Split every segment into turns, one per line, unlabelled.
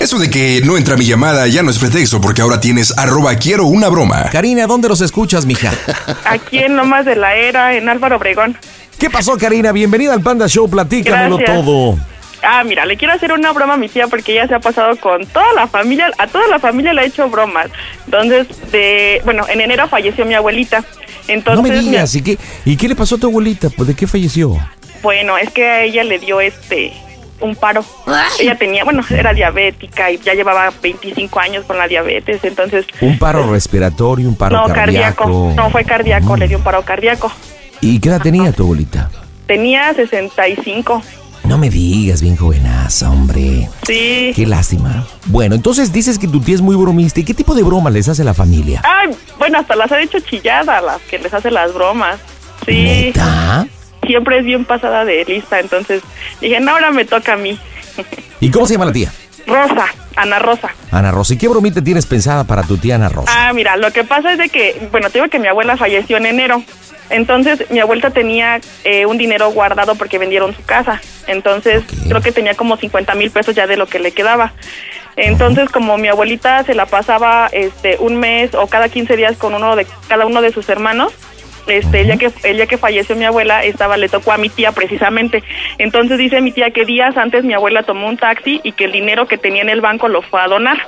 Eso de que no entra mi llamada ya no es pretexto porque ahora tienes arroba quiero una broma.
Karina, ¿dónde los escuchas, mija?
Aquí en Lomas de la Era, en Álvaro Obregón.
¿Qué pasó, Karina? Bienvenida al Panda Show, platícamelo
Gracias.
todo.
Ah, mira, le quiero hacer una broma a mi tía porque ella se ha pasado con toda la familia, a toda la familia le ha hecho bromas. Entonces, de, bueno, en enero falleció mi abuelita. Entonces,
no me
mi-
digas, ¿y qué, ¿y qué le pasó a tu abuelita? Pues, ¿De qué falleció?
Bueno, es que a ella le dio este un paro. Ella tenía, bueno, era diabética y ya llevaba 25 años con la diabetes, entonces
Un paro respiratorio, un paro
no
cardíaco.
no fue cardíaco, le dio un paro cardíaco.
¿Y qué edad tenía tu abuelita?
Tenía 65.
No me digas, bien jovenaza, hombre.
Sí.
Qué lástima. Bueno, entonces dices que tu tía es muy bromista. ¿Y qué tipo de bromas les hace la familia?
Ay, bueno, hasta las ha hecho chillada a las que les hace las bromas. Sí,
¿Neta?
siempre es bien pasada de lista, entonces dije, no, ahora me toca a mí.
¿Y cómo se llama la tía?
Rosa, Ana Rosa.
Ana Rosa. ¿Y qué bromita tienes pensada para tu tía Ana Rosa?
Ah, mira, lo que pasa es de que, bueno, te digo que mi abuela falleció en enero. Entonces, mi abuelita tenía eh, un dinero guardado porque vendieron su casa. Entonces, creo que tenía como 50 mil pesos ya de lo que le quedaba. Entonces, como mi abuelita se la pasaba este un mes o cada 15 días con uno de cada uno de sus hermanos, este, el día que el día que falleció mi abuela estaba le tocó a mi tía precisamente. Entonces dice mi tía que días antes mi abuela tomó un taxi y que el dinero que tenía en el banco lo fue a donar.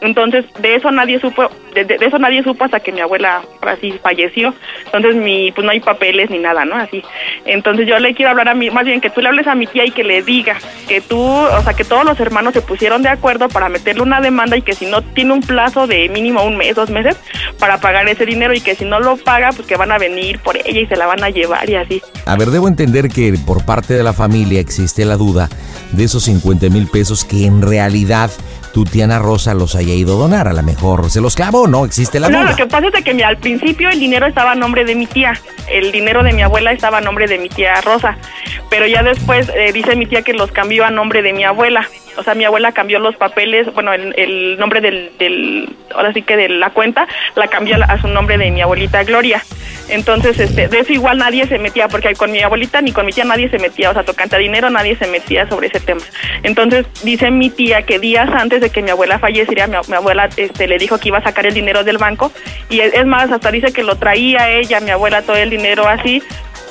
Entonces de eso nadie supo, de, de- de eso nadie supo hasta que mi abuela así falleció. Entonces mi pues no hay papeles ni nada, ¿no? Así. Entonces yo le quiero hablar a mi, más bien que tú le hables a mi tía y que le diga que tú, o sea, que todos los hermanos se pusieron de acuerdo para meterle una demanda y que si no tiene un plazo de mínimo un mes, dos meses para pagar ese dinero y que si no lo paga, pues que van a venir por ella y se la van a llevar y así.
A ver, debo entender que por parte de la familia existe la duda de esos 50 mil pesos que en realidad tu tía Ana Rosa los haya ido a donar. A lo mejor se los clavó, ¿no? Existe la
no,
duda.
lo que pasa es de que mira, al principio el dinero estaba a nombre de mi tía, el dinero de mi abuela estaba a nombre de mi tía Rosa, pero ya después eh, dice mi tía que los cambió a nombre de mi abuela. O sea, mi abuela cambió los papeles, bueno, el, el nombre del, del, ahora sí que de la cuenta, la cambió a la- a su nombre de mi abuelita Gloria. Entonces, este, de eso igual nadie se metía, porque con mi abuelita ni con mi tía nadie se metía, o sea, tocante a dinero nadie se metía sobre ese tema. Entonces, dice mi tía que días antes de que mi abuela falleciera, mi, mi abuela este, le dijo que iba a sacar el dinero del banco, y es, es más, hasta dice que lo traía ella, mi abuela, todo el dinero así,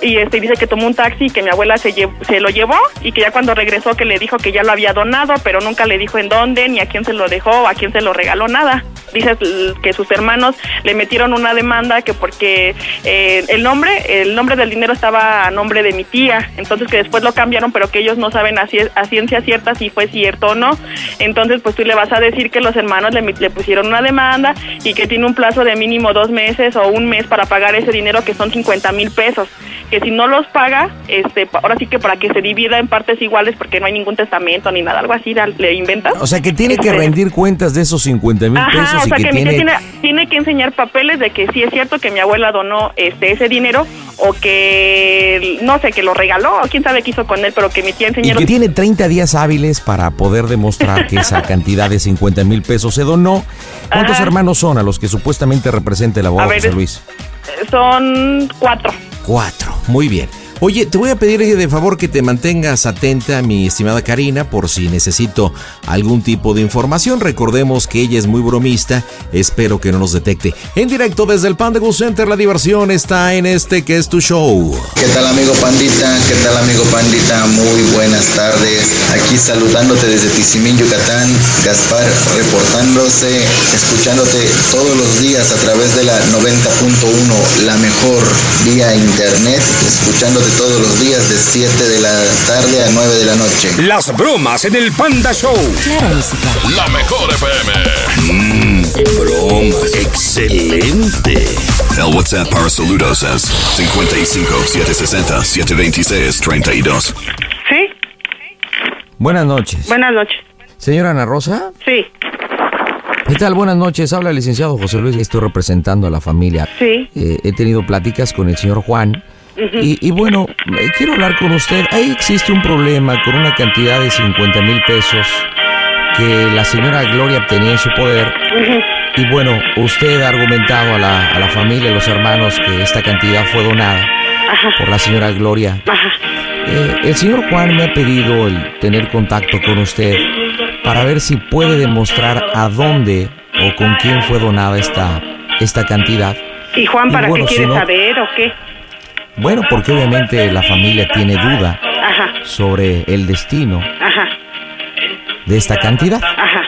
y este dice que tomó un taxi y que mi abuela se, lle- se lo llevó y que ya cuando regresó que le dijo que ya lo había donado, pero nunca le dijo en dónde, ni a quién se lo dejó, a quién se lo regaló, nada. Dice l- que sus hermanos le metieron una demanda que porque eh, el nombre, el nombre del dinero estaba a nombre de mi tía, entonces que después lo cambiaron, pero que ellos no saben a, cie- a ciencia cierta si fue cierto o no. Entonces pues tú le vas a decir que los hermanos le, mi- le pusieron una demanda y que tiene un plazo de mínimo dos meses o un mes para pagar ese dinero que son 50 mil pesos que si no los paga, este, pa- ahora sí que para que se divida en partes iguales porque no hay ningún testamento ni nada, algo así, dal- le inventas.
O sea, que tiene que
Este,
rendir cuentas de esos 50 mil
Ajá,
pesos
o
y
sea
que,
que, mi tía
tiene...
tiene... tiene que enseñar papeles de que sí es cierto que mi abuela donó este ese dinero o que no sé que lo regaló o quién sabe qué hizo con él, pero que mi tía
Y
enseñó
que tiene 30 días hábiles para poder demostrar que esa cantidad de 50 mil pesos se donó. ¿Cuántos
Ajá.
hermanos son a los que supuestamente representa el abogado
A ver,
José
es-
Luis?
Eh, son cuatro.
Cuatro. Muy bien. Oye, te voy a pedir eh, de favor que te mantengas atenta, mi estimada Karina, por si necesito algún tipo de información. Recordemos que ella es muy bromista. Espero que no nos detecte. En directo desde el Panda Gold Center, la diversión está en este que es tu show.
¿Qué tal amigo Pandita? ¿Qué tal amigo Pandita? Muy buenas tardes. Aquí saludándote desde Tizimín, Yucatán. Gaspar reportándose, escuchándote todos los días a través de la 90.1, la mejor vía internet, escuchándote todos los días de 7 de la tarde a 9 de la noche.
Las bromas en el Panda Show.
Claro, música.
La mejor FM.
Bromas, excelente.
El WhatsApp para saludos es 55 760 726 32.
Sí,
Buenas noches.
buenas noches.
Señora Ana Rosa,
Sí,
¿qué tal? Buenas noches. Habla el licenciado José Luis. Estoy representando a la familia.
sí.
Eh, he tenido pláticas con el señor Juan. Y, y bueno, eh, quiero hablar con usted. Ahí existe un problema con una cantidad de 50 mil pesos que la señora Gloria tenía en su poder. Y bueno, usted ha argumentado a la, a la familia, a los hermanos, que esta cantidad fue donada por la señora Gloria. Eh, el señor Juan me ha pedido el tener contacto con usted para ver si puede demostrar a dónde o con quién fue donada esta, esta cantidad.
¿Y Juan
Y para qué bueno, si quiere no-
saber o qué?
Bueno, porque obviamente la familia tiene duda
Ajá,
sobre el destino
ajá,
de esta cantidad.
ajá.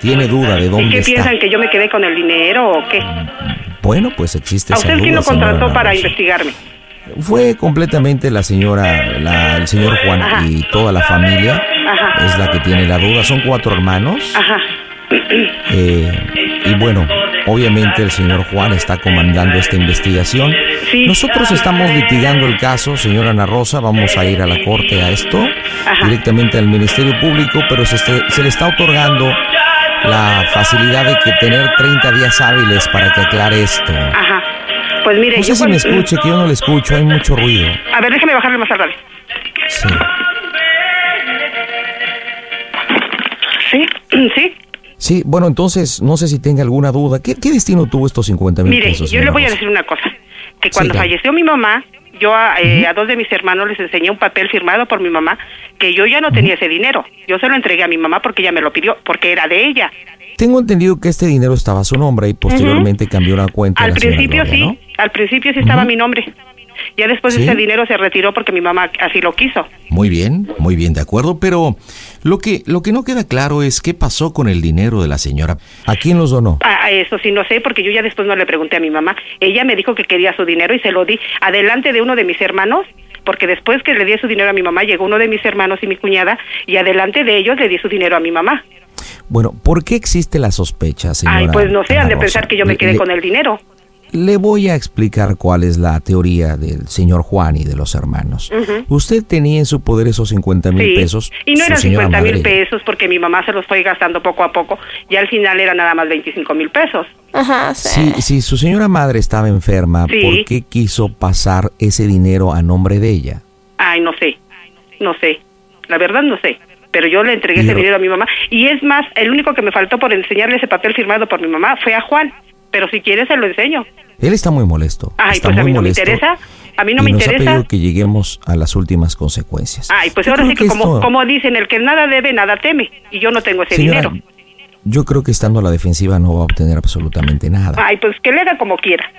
Tiene duda de dónde está.
que yo me quedé con el dinero o qué?
Bueno, pues existe
¿A
esa
usted quién
duda,
lo contrató
señora
para
Ramos.
investigarme?
Fue completamente la señora, la- el señor Juan
Ajá.
y toda la familia
Ajá.
es la que tiene la duda. Son cuatro hermanos.
Ajá,
eh, y bueno, obviamente el señor Juan está comandando esta investigación.
Sí.
Nosotros estamos litigando el caso, señora Ana Rosa. Vamos a ir a la corte a esto,
Ajá.
directamente al Ministerio Público, pero se, este- se le está otorgando la facilidad de que tener 30 días hábiles para que aclare esto.
ajá. Pues mire,
No
Ah,
sé
yo
si me
cuando-
escuche, que yo no le escucho, hay mucho ruido.
A ver, déjeme bajarle más al radio.
Sí.
Sí, sí.
Sí, bueno, entonces no sé si tenga alguna duda. ¿Qué, qué destino tuvo estos 50 mil
Mire,
pesos?
yo le
señora
voy a
Rosa?
decir una cosa. Que cuando
claro.
falleció mi mamá, yo a, eh, a dos de mis hermanos les enseñé un papel firmado por mi mamá que yo ya no tenía ese dinero. Yo se lo entregué a mi mamá porque ella me lo pidió, porque era de ella.
Tengo entendido que este dinero estaba a su nombre y posteriormente cambió la cuenta. de
Al
la señora
principio sí,
Gloria, ¿no?
al principio sí estaba mi nombre. Ya después
Sí.
ese dinero se retiró porque mi mamá así lo quiso.
Muy bien, muy bien, de acuerdo. Pero lo que, lo que no queda claro es qué pasó con el dinero de la señora.
¿A quién los donó?
A, a eso sí no sé, porque yo ya después no le pregunté a mi mamá. Ella me dijo que quería su dinero y se lo di adelante de uno de mis hermanos, porque después que le di su dinero a mi mamá, llegó uno de mis hermanos y mi cuñada, y adelante de ellos le di su dinero a mi mamá.
Bueno, ¿por qué existe la sospecha, señora?
Ay, pues no sé, han
Ana
de
Rosa?
pensar que yo me
Le-
quedé
le-
con el dinero.
Le voy a explicar cuál es la teoría del señor Juan y de los hermanos. Usted tenía en su poder esos 50 mil
Sí.
pesos.
y no
su
eran
señora
50 mil
madre-
pesos porque mi mamá se los fue gastando poco a poco y al final era nada más 25 mil pesos.
Ajá,
Sí, si su señora madre estaba enferma,
Sí.
¿por qué quiso pasar ese dinero a nombre de ella?
Ay, no sé, no sé, la verdad no sé. Pero yo le entregué
Y
ese
lo-
dinero a mi mamá. Y es más, el único que me faltó por enseñarle ese papel firmado por mi mamá fue a Juan. Pero si quieres, se lo enseño.
Él está muy molesto.
Ay,
está
pues a
muy
mí no me
molesto
interesa. A mí no
y
me
nos ha
interesa.
pedido que lleguemos a las últimas consecuencias.
Ay, pues
Yo
ahora
creo
sí que, como,
esto-
como dicen, el que nada debe, nada teme. Y yo no tengo ese
Señora,
dinero.
Yo creo que estando a la defensiva no va a obtener absolutamente nada.
Ay, pues que le haga como quiera.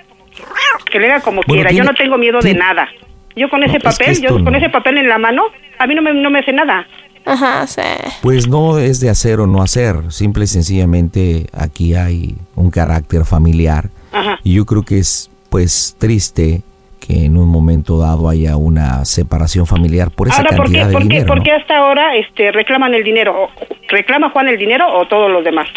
que le haga como
Bueno,
quiera.
tiene-
yo no tengo miedo
tiene-
de nada. Yo con ese
es que
papel, yo
esto
con
no.
ese papel en la mano, a mí no me, no me hace nada.
Ajá, sí.
Pues no es de hacer o no hacer, simple y sencillamente aquí hay un carácter familiar
Ajá.
y yo creo que es pues triste que en un momento dado haya una separación familiar por esa
Ahora, ¿por qué,
cantidad de
por, qué,
dinero.
por
¿no?
qué hasta ahora este, reclaman el dinero? ¿O- ¿Reclama Juan el dinero o todos los demás?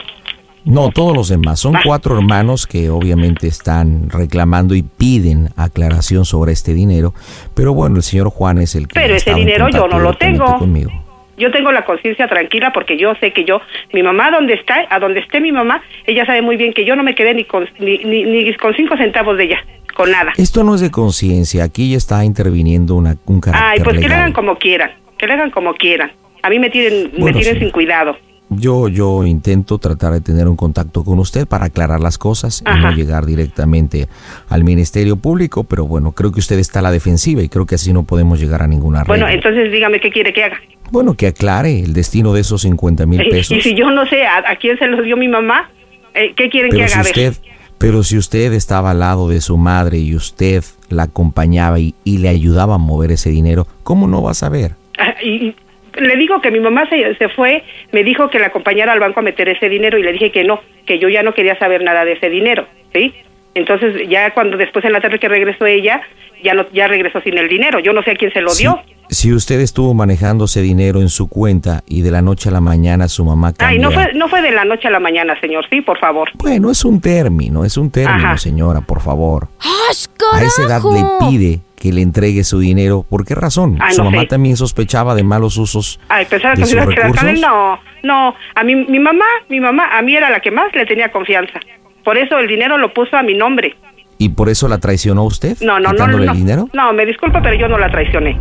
No, todos los demás. Son
Ah.
cuatro hermanos que obviamente están reclamando y piden aclaración sobre este dinero. Pero bueno, el señor Juan es el que...
Pero ese
ha estado en
dinero yo
contacto
no lo
directamente
tengo.
Conmigo.
Yo tengo la conciencia tranquila porque yo sé que yo, mi mamá donde está, a donde esté mi mamá, ella sabe muy bien que yo no me quedé ni con, ni, ni, ni con cinco centavos de ella, con nada.
Esto no es de conciencia. Aquí ya está interviniendo una, un carácter
Ay, pues que le
legal.
hagan como quieran, que le hagan como quieran. A mí me tienen, me
Bueno,
tienen
sí.
sin cuidado.
Yo, yo intento tratar de tener un contacto con usted para aclarar las cosas y
Ajá.
no llegar directamente al Ministerio Público, pero bueno, creo que usted está a la defensiva y creo que así no podemos llegar a ninguna
Bueno,
arreglo.
entonces dígame qué quiere que haga.
Bueno, que aclare el destino de esos 50 mil
Y,
pesos.
si yo no sé a, a quién se los dio mi mamá, eh, ¿qué quieren que
Pero
haga?
si
A ver.
usted, pero si usted estaba al lado de su madre y usted la acompañaba y, y le ayudaba a mover ese dinero, ¿cómo no va a saber?
Ah, y- y le digo que mi mamá se, se fue, me dijo que la acompañara al banco a meter ese dinero y le dije que no, que yo ya no quería saber nada de ese dinero, ¿sí? Entonces ya cuando después en la tarde que regresó ella, ya no, ya regresó sin el dinero, yo no sé a quién se lo
Si,
dio.
si usted estuvo manejando ese dinero en su cuenta y de la noche a la mañana su mamá cambia.
Ay, no fue, no fue de la noche a la mañana, señor, sí, por favor.
Bueno, es un término, es un término,
Ajá.
señora, por favor.
¡Ash,
A esa edad le
carajo!
pide que le entregue su dinero. ¿Por qué razón?
Ay,
su
Ah, no
mamá
sé.
también sospechaba de malos usos
Ay, pensaba
de
que se iba
sus
a quedar con él,
recursos.
no, no, a mí, mi mamá, mi mamá, a mí era la que más le tenía confianza. Por eso el dinero lo puso a mi nombre.
Y por eso la traicionó usted,
No, no, no,
quitándole
no.
el dinero.
No, me disculpa, pero yo no la traicioné.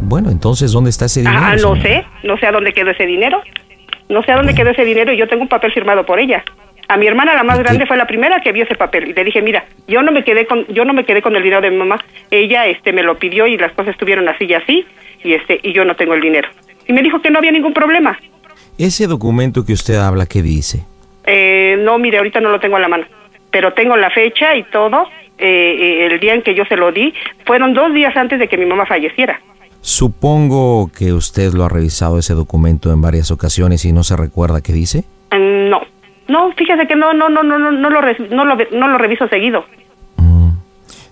Bueno, entonces, ¿dónde está ese dinero?
Ah, no
señora?
sé, no sé a dónde quedó ese dinero. No sé a dónde quedó ese dinero y yo tengo un papel firmado por ella. A mi hermana la más
¿Y qué?
grande fue la primera que vio ese papel y le dije, "Mira, yo no me quedé con yo no me quedé con el dinero de mi mamá. Ella este me lo pidió y las cosas estuvieron así y así y este y yo no tengo el dinero." Y me dijo que no había ningún problema.
Ese documento que usted habla, ¿qué dice?
Eh, no, mire, ahorita no lo tengo a la mano, pero tengo la fecha y todo. eh, eh, el día en que yo se lo di fueron dos días antes de que mi mamá falleciera.
Supongo que usted lo ha revisado ese documento en varias ocasiones y no se recuerda qué dice.
Mm, No, no, fíjese que no, no, no, no, no, no lo, re- no lo, ve- no lo reviso seguido.
Mm.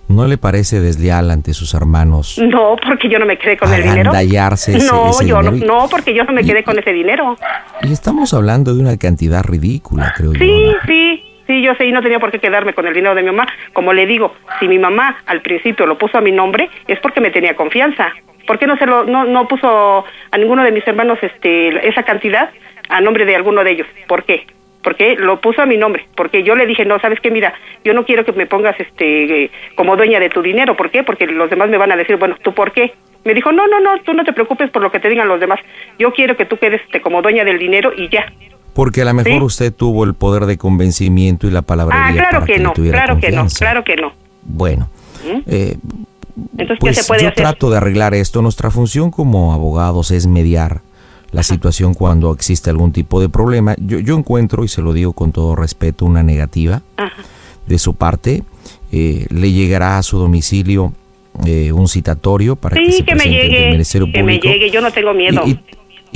¿No le parece desleal ante sus hermanos
No, porque yo no me quedé con el dinero.
agandallarse ese,
no,
ese
yo no,
dinero?
no, porque yo no me quedé con ese dinero.
Y estamos hablando de una cantidad ridícula, creo
Sí,
yo. ¿no?
sí, sí, yo sé y no tenía por qué quedarme con el dinero de mi mamá. Como le digo, si mi mamá al principio lo puso a mi nombre es porque me tenía confianza. ¿Por qué no se lo, no, no puso a ninguno de mis hermanos este esa cantidad a nombre de alguno de ellos? ¿Por qué? Porque lo puso a mi nombre, porque yo le dije, no, sabes qué, mira, yo no quiero que me pongas este eh, como dueña de tu dinero, ¿por qué? Porque los demás me van a decir, bueno, ¿tú por qué? Me dijo, no, no, no, tú no te preocupes por lo que te digan los demás, yo quiero que tú quedes este, como dueña del dinero y ya,
Porque a lo mejor
Sí.
usted tuvo el poder de convencimiento y la palabrería
Ah, claro
para
que
le
no,
tuviera
claro que no,
confianza.
claro que no. ¿Mm?
Bueno, eh,
Entonces,
pues
¿qué se puede
yo
hacer?
trato de arreglar esto. Nuestra función como abogados es mediar la situación cuando existe algún tipo de problema. Yo, yo encuentro, y se lo digo con todo respeto, una negativa de su parte. Eh, le llegará a su domicilio eh, un citatorio para que
Sí,
se
que me
presente ante el
llegue,
Ministerio
que me
Público.
llegue, yo no tengo miedo.
Y, y-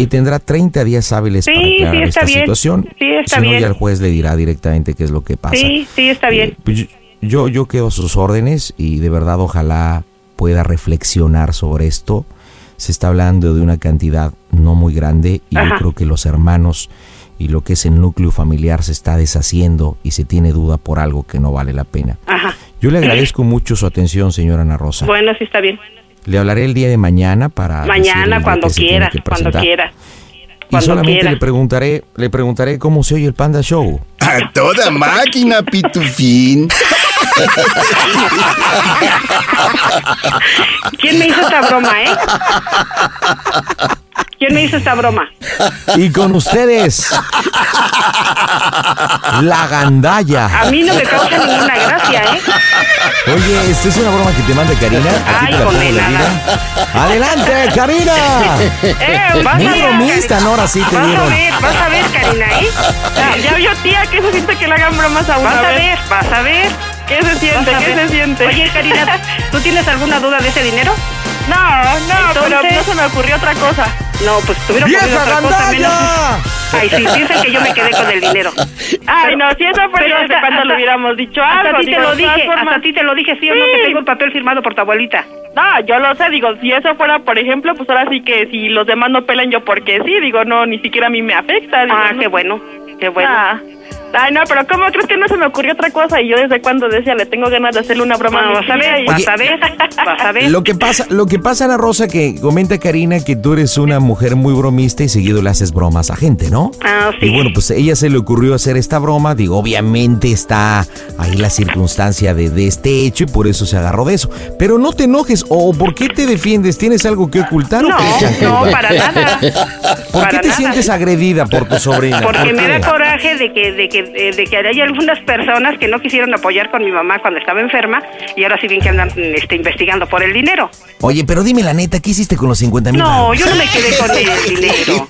y tendrá 30 días hábiles para
Sí,
aclarar
sí, está
esta
bien.
situación.
Sí, está
si no,
bien.
ya el juez le dirá directamente qué es lo que pasa.
Sí, sí, está bien.
Eh, pues yo- yo, yo quedo a sus órdenes y de verdad ojalá pueda reflexionar sobre esto. Se está hablando de una cantidad no muy grande y yo
Ajá.
creo que los hermanos y lo que es el núcleo familiar se está deshaciendo y se tiene duda por algo que no vale la pena.
Ajá.
Yo le agradezco mucho su atención, señora Ana Rosa.
Ah. Bueno, sí está bien.
Le hablaré el día de mañana para... decirle el
Mañana,
día
cuando
que se tiene
quiera,
que
cuando
presentar.
quiera.
Y
Cuando
solamente
quiera.
le preguntaré, le preguntaré cómo se oye el Panda Show.
A toda máquina, Pitufín.
¿Quién me hizo esta broma, eh? ¿Quién me hizo esta broma?
Y con ustedes, la gandalla.
A mí no me causa ninguna gracia, ¿eh?
Oye, esta es una broma que te manda Karina. ¿A ti
Ay,
te la pongo
condenada.
Karina? ¡Adelante, Karina!
eh vas
Muy
a ver,
bromista,
Karina.
¿no? Ahora sí te
Vas a
dieron.
ver, vas a ver, Karina, ¿eh? Ya, ya yo, tía, que se siente que le hagan bromas a una Vas a ver, vas a ver.
¿Qué se siente?
Vas a
¿Qué
ver.
se siente?
Oye, Karina, ¿tú tienes alguna duda de ese dinero?
No, no, pero
Entonces-
no se me ocurrió otra cosa.
No, pues tuvieron que haber otra cosa menos. Ay, sí, piensa que yo me quedé con el dinero.
Ay, no, si eso fue
pero
desde
hasta-
cuando
hasta-
lo hubiéramos dicho
Hasta
algo.
a ti te
digo,
lo
de todas
dije,
formas-
hasta a ti te lo dije, sí o no,
Sí.
que tengo el papel firmado por tu abuelita.
No, yo lo sé, digo, si eso fuera, por ejemplo, pues ahora sí que si los demás no pelan yo porque sí, digo, no, ni siquiera a mí me afecta. digo,
Ah,
no.
qué bueno, qué bueno.
Ah. Ay, no, pero ¿cómo crees que no se me ocurrió otra cosa? Y yo desde cuando decía, le tengo ganas de hacerle una broma
Ah,
a mi
vas a
tía
ver,
y-
vas a ver, vas a ver.
Lo que pasa, lo que pasa, Ana Rosa, que comenta Karina que tú eres una mujer muy bromista y seguido le haces bromas a gente, ¿no?
Ah, sí.
Y bueno, pues a ella se le ocurrió hacer esta broma, digo, obviamente está ahí la circunstancia de, de este hecho y por eso se agarró de eso. Pero no te enojes, o ¿por qué te defiendes? ¿Tienes algo que ocultar o
No,
qué?
no, para nada.
¿Por qué
para
te
nada.
sientes agredida por tu sobrina?
Porque
¿Por
me da
qué?
coraje de que, de, que, eh, de que hay algunas personas que no quisieron apoyar con mi mamá cuando estaba enferma y ahora sí bien que andan mm, este, investigando por el dinero.
Oye, pero dime la neta, ¿qué hiciste con los 50 mil?
No, yo no me quedé con el dinero.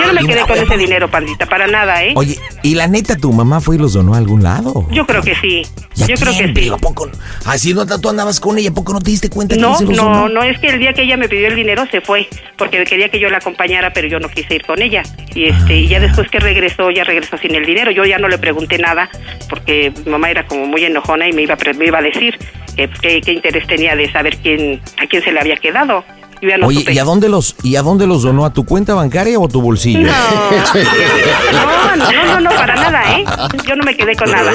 Yo no me quedé con ese dinero, pandita, para nada, ¿eh?
Oye, ¿y la neta tu mamá fue y los donó a algún lado?
Yo creo que sí.
¿Y a
Yo creo
quién,
que sí.
digo, ¿a poco? no? Ah, si no, tú andabas con ella, ¿a poco no te diste cuenta que
No,
se los
no,
donó?
no, es que el día que ella me pidió el dinero se fue, porque quería que yo la acompañara, pero yo no quise ir con ella. Y
Ah.
este, y ya después que regresó, ya regresó sin el dinero. Yo ya no le pregunté nada, porque mi mamá era como muy enojona y me iba a, pre- me iba a decir que- que- qué interés tenía de saber quién a quién se le había quedado. Yo ya no
Oye,
supe.
¿y a dónde los y a dónde los donó? ¿A tu cuenta bancaria o a tu bolsillo?
No, no, no, no, no, para nada, ¿eh? Yo no me quedé con nada.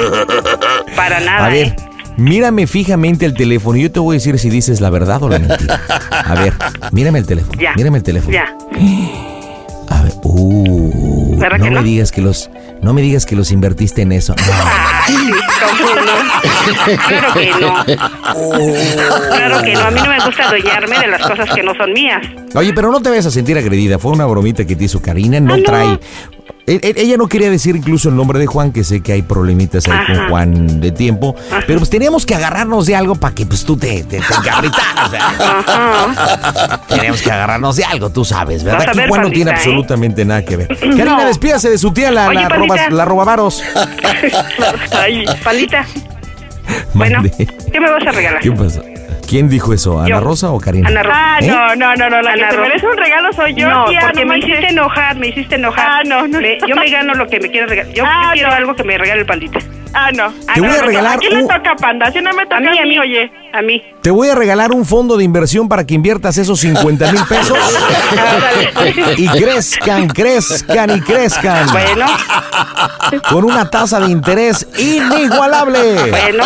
Para nada,
a ver,
¿eh?
mírame fijamente el teléfono y yo te voy a decir si dices la verdad o la mentira. A ver, mírame el teléfono.
Ya.
Mírame el teléfono.
Ya.
A ver, uh,
¿Verdad
no
que
me
no?
digas que los no me digas que los invertiste en eso.
Ay, ¿cómo no? Claro que no. Claro que no. A mí no me gusta adueñarme de las cosas que no son mías.
Oye, pero no te vayas a sentir agredida. Fue una bromita que te hizo Karina. No
Ah, no.
trae. E- e- Ella no quería decir incluso el nombre de Juan, que sé que hay problemitas ahí con
Ajá.
Juan de tiempo. Pero pues teníamos que agarrarnos de algo para que pues tú te, te, te encabritaras, ¿verdad?
Ajá.
Teníamos que agarrarnos de algo, tú sabes, ¿verdad?
Vas a
Que
ver,
Juan no
pandita,
tiene
¿eh?
absolutamente nada que ver. Karina, despídase de su tía, la,
Oye,
la, robas-
pandita.
la robavaros.
Ay,
Palita, bueno,
Mande.
¿qué me vas a regalar?
¿Qué pasa? ¿Quién dijo eso? ¿Ana
Yo.
Rosa o Karina?
Ana Rosa.
Ah,
¿Eh?
no, no, no, no, la
Ana
que se
Rosa.
merece un regalo soy yo,
no,
tía,
porque me
manches.
hiciste enojar, me hiciste enojar.
Ah, no, no.
Me- yo me gano lo que me quieres regalar. Yo, yo
Ah,
quiero
no.
algo que me regale el pandita.
Ah, no. Ah,
Te
no,
voy a
no, no.
regalar
quién
un-
le toca panda? Si no me toca
A mí, a mí,
oye.
A mí.
Te voy a regalar un fondo de inversión para que inviertas esos 50 mil pesos. y crezcan, crezcan y crezcan.
Bueno,
Con una tasa de interés inigualable.
bueno.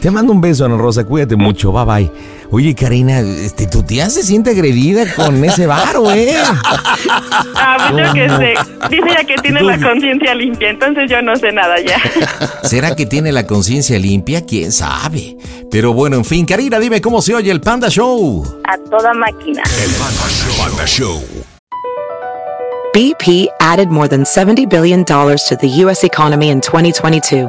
Te mando un beso, Ana Rosa. Cuídate mucho. Bye bye. Oye, Karina, este, tu tía se siente agredida con ese varo, ¿eh?
Ah, pues yo que
¿Cómo?
sé. Dice ya que tiene la conciencia limpia, entonces yo no sé nada ya.
¿Será que tiene la conciencia limpia? ¿Quién sabe? Pero bueno, en fin, Karina, dime cómo se oye el Panda Show.
A toda máquina.
Panda Show.
BP added more than $70 billion to the U.S. economy in 2022.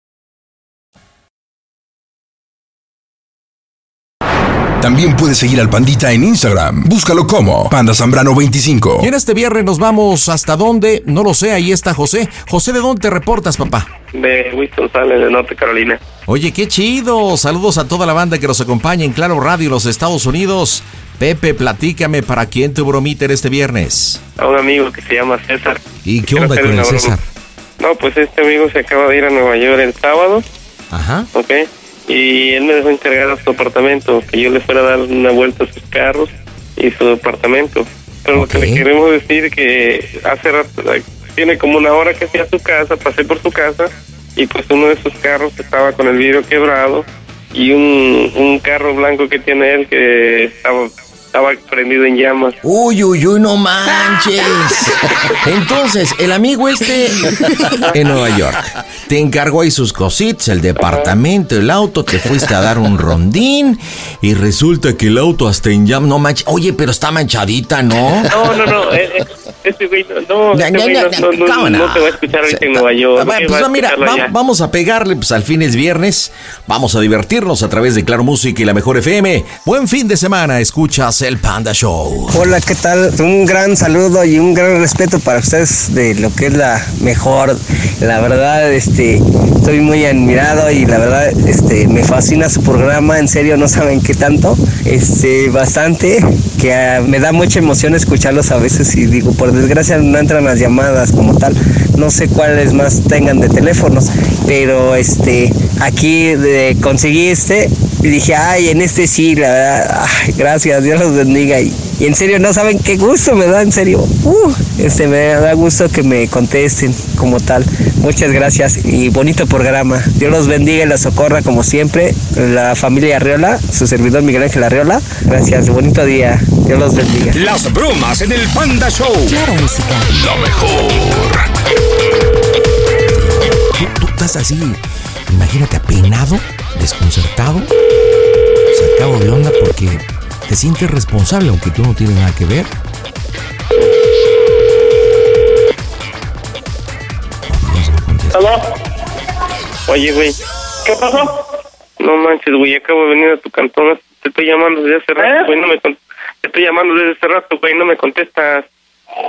También puedes seguir al Pandita en Instagram. Búscalo como Panda Zambrano 25.
Y en este viernes nos vamos hasta dónde, no lo sé, ahí está José. José, ¿de dónde te reportas, papá?
de Winston Sales de Norte Carolina.
Oye, qué chido. Saludos a toda la banda que nos acompaña en Claro Radio los Estados Unidos. Pepe, platícame para quién tu bromita era este viernes.
A un amigo que se llama César.
¿Y qué
Quiero
onda
hacer
con
una
el
broma.
César?
No, pues este amigo se acaba de ir a Nueva York el sábado,
Ajá.
¿ok? y él me dejó encargado su apartamento, que yo le fuera a dar una vuelta a sus carros y su apartamento. Pero lo que le queremos decir que hace rato, tiene como una hora que fui a su casa, pasé por su casa y pues uno de sus carros estaba con el vidrio quebrado y un, un carro blanco que tiene él que estaba, estaba prendido en llamas.
Uy, uy, uy, no manches. Entonces, el amigo este.
en Nueva York. Te encargó ahí sus cositas, el departamento, el auto, te fuiste a dar un rondín y resulta que el auto hasta en llamas, no manches. Oye, pero está manchadita, ¿no?
No, no, no, eh, eh, ese güey no, no,
Ya,
ese
ya,
güey
ya,
no,
ya,
no, no,
cámara.
no te va a escuchar ahorita en Nueva York.
Ah, bueno,
¿Qué
pues
va a
no, mira,
escucharlo
va-
allá?
vamos a pegarle, pues al fin es viernes, vamos a divertirnos a través de Claro Música y la Mejor FM. Buen fin de semana, escuchas el Panda Show.
Hola, ¿qué tal? Un gran saludo y un gran respeto para ustedes de lo que es la mejor. La verdad, este, estoy muy admirado y la verdad, este, me fascina su programa. En serio, no saben qué tanto. Este, bastante. Que ah, me da mucha emoción escucharlos a veces y digo, por desgracia no entran las llamadas como tal. No sé cuáles más tengan de teléfonos, pero este, aquí de- conseguí este y dije, ay, en este sí, la verdad, ay, gracias, Dios los bendiga. Y, y en serio, no saben qué gusto me da, en serio. Uh, este, me da gusto que me contesten como tal. Muchas gracias y bonito programa. Dios los bendiga y los socorra como siempre. La familia Arriola, su servidor Miguel Ángel Arriola. Gracias, bonito día. Dios los bendiga.
Las bromas en el Panda Show. Claro, música. Lo mejor.
Tú, tú estás así, imagínate, apenado, desconcertado, sacado de onda porque te sientes responsable, aunque tú no tienes nada que ver.
Oye, güey, ¿qué pasó? No manches, güey, acabo de venir a tu cantón. Te estoy llamando desde hace
¿Eh?
rato, güey, no me con- Te estoy llamando desde hace rato, güey, no me contestas.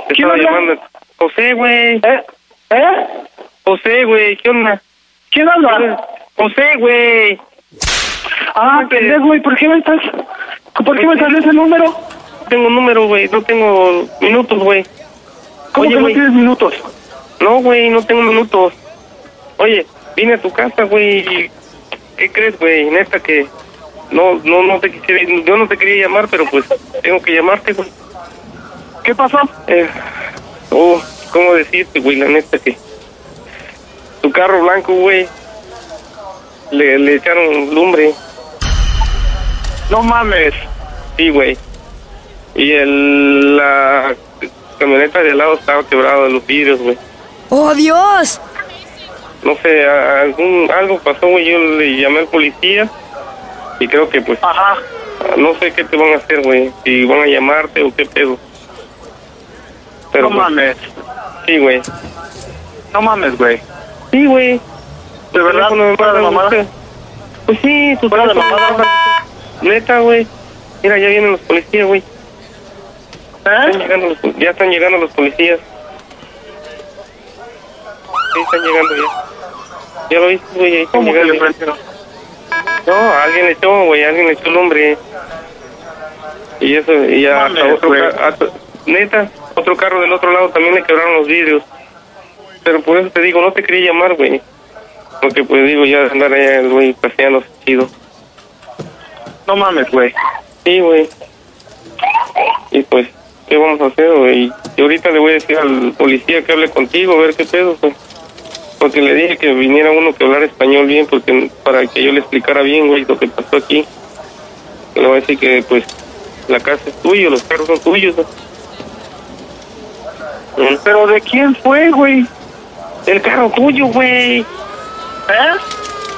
Te
¿Quién
estaba
habla?
llamando. José, güey. ¿Eh? ¿Eh? José, güey, ¿qué onda? ¿Quién habla? José, güey.
Ah, pendejo, güey, ¿por qué me estás? ¿Por qué me sale ese número?
Tengo número, güey, no tengo minutos, güey.
¿Cómo que no
güey.
tienes minutos?
No, güey, no tengo minutos. Oye, vine a tu casa, güey. y ¿Qué crees, güey? Neta que no, no, no te quisiera, yo no te quería llamar, pero pues tengo que llamarte, güey.
¿Qué pasó?
Eh, oh, ¿cómo decirte, güey? La neta que tu carro blanco, güey, le, le echaron lumbre.
No mames.
Sí, güey. Y el, la camioneta de al lado estaba quebrada, los vidrios, güey.
¡Oh, Dios!
no sé, a- algún, algo pasó, güey, yo le llamé al policía y creo que pues... No sé qué te van a hacer, güey, si van a llamarte o qué pedo. Pero,
No
pues,
mames.
Sí, güey.
No mames, güey.
Sí, güey.
¿De verdad?
Teléfono me
¿Fuera de
mandan
mamada?
ustedes. Pues sí, tu
¿Fuera de
teléfono- Neta, güey. Mira, ya vienen los policías, güey. Están llegando los pol- ya están llegando los policías. Sí, están llegando ya. Ya lo viste, güey, ahí están llegando. No, alguien le echó, güey, alguien le echó el hombre. Y eso, y ya hasta
Mames,
otro
güey.
ca- hasta- neta, otro carro del otro lado también le quebraron los vidrios. Pero por eso te digo, no te quería llamar, güey. Porque pues digo, ya andar allá, güey, paseando es chido.
No mames, güey.
Sí, güey. Y pues, ¿qué vamos a hacer, güey? Y ahorita le voy a decir al policía que hable contigo, a ver qué pedo, güey. Porque le dije que viniera uno que hablara español bien, porque para que yo le explicara bien, güey, lo que pasó aquí. Le voy a decir que, pues, la casa es tuya, los carros son tuyos.
¿Pero de quién fue, güey?
El carro tuyo, güey. ¿Eh?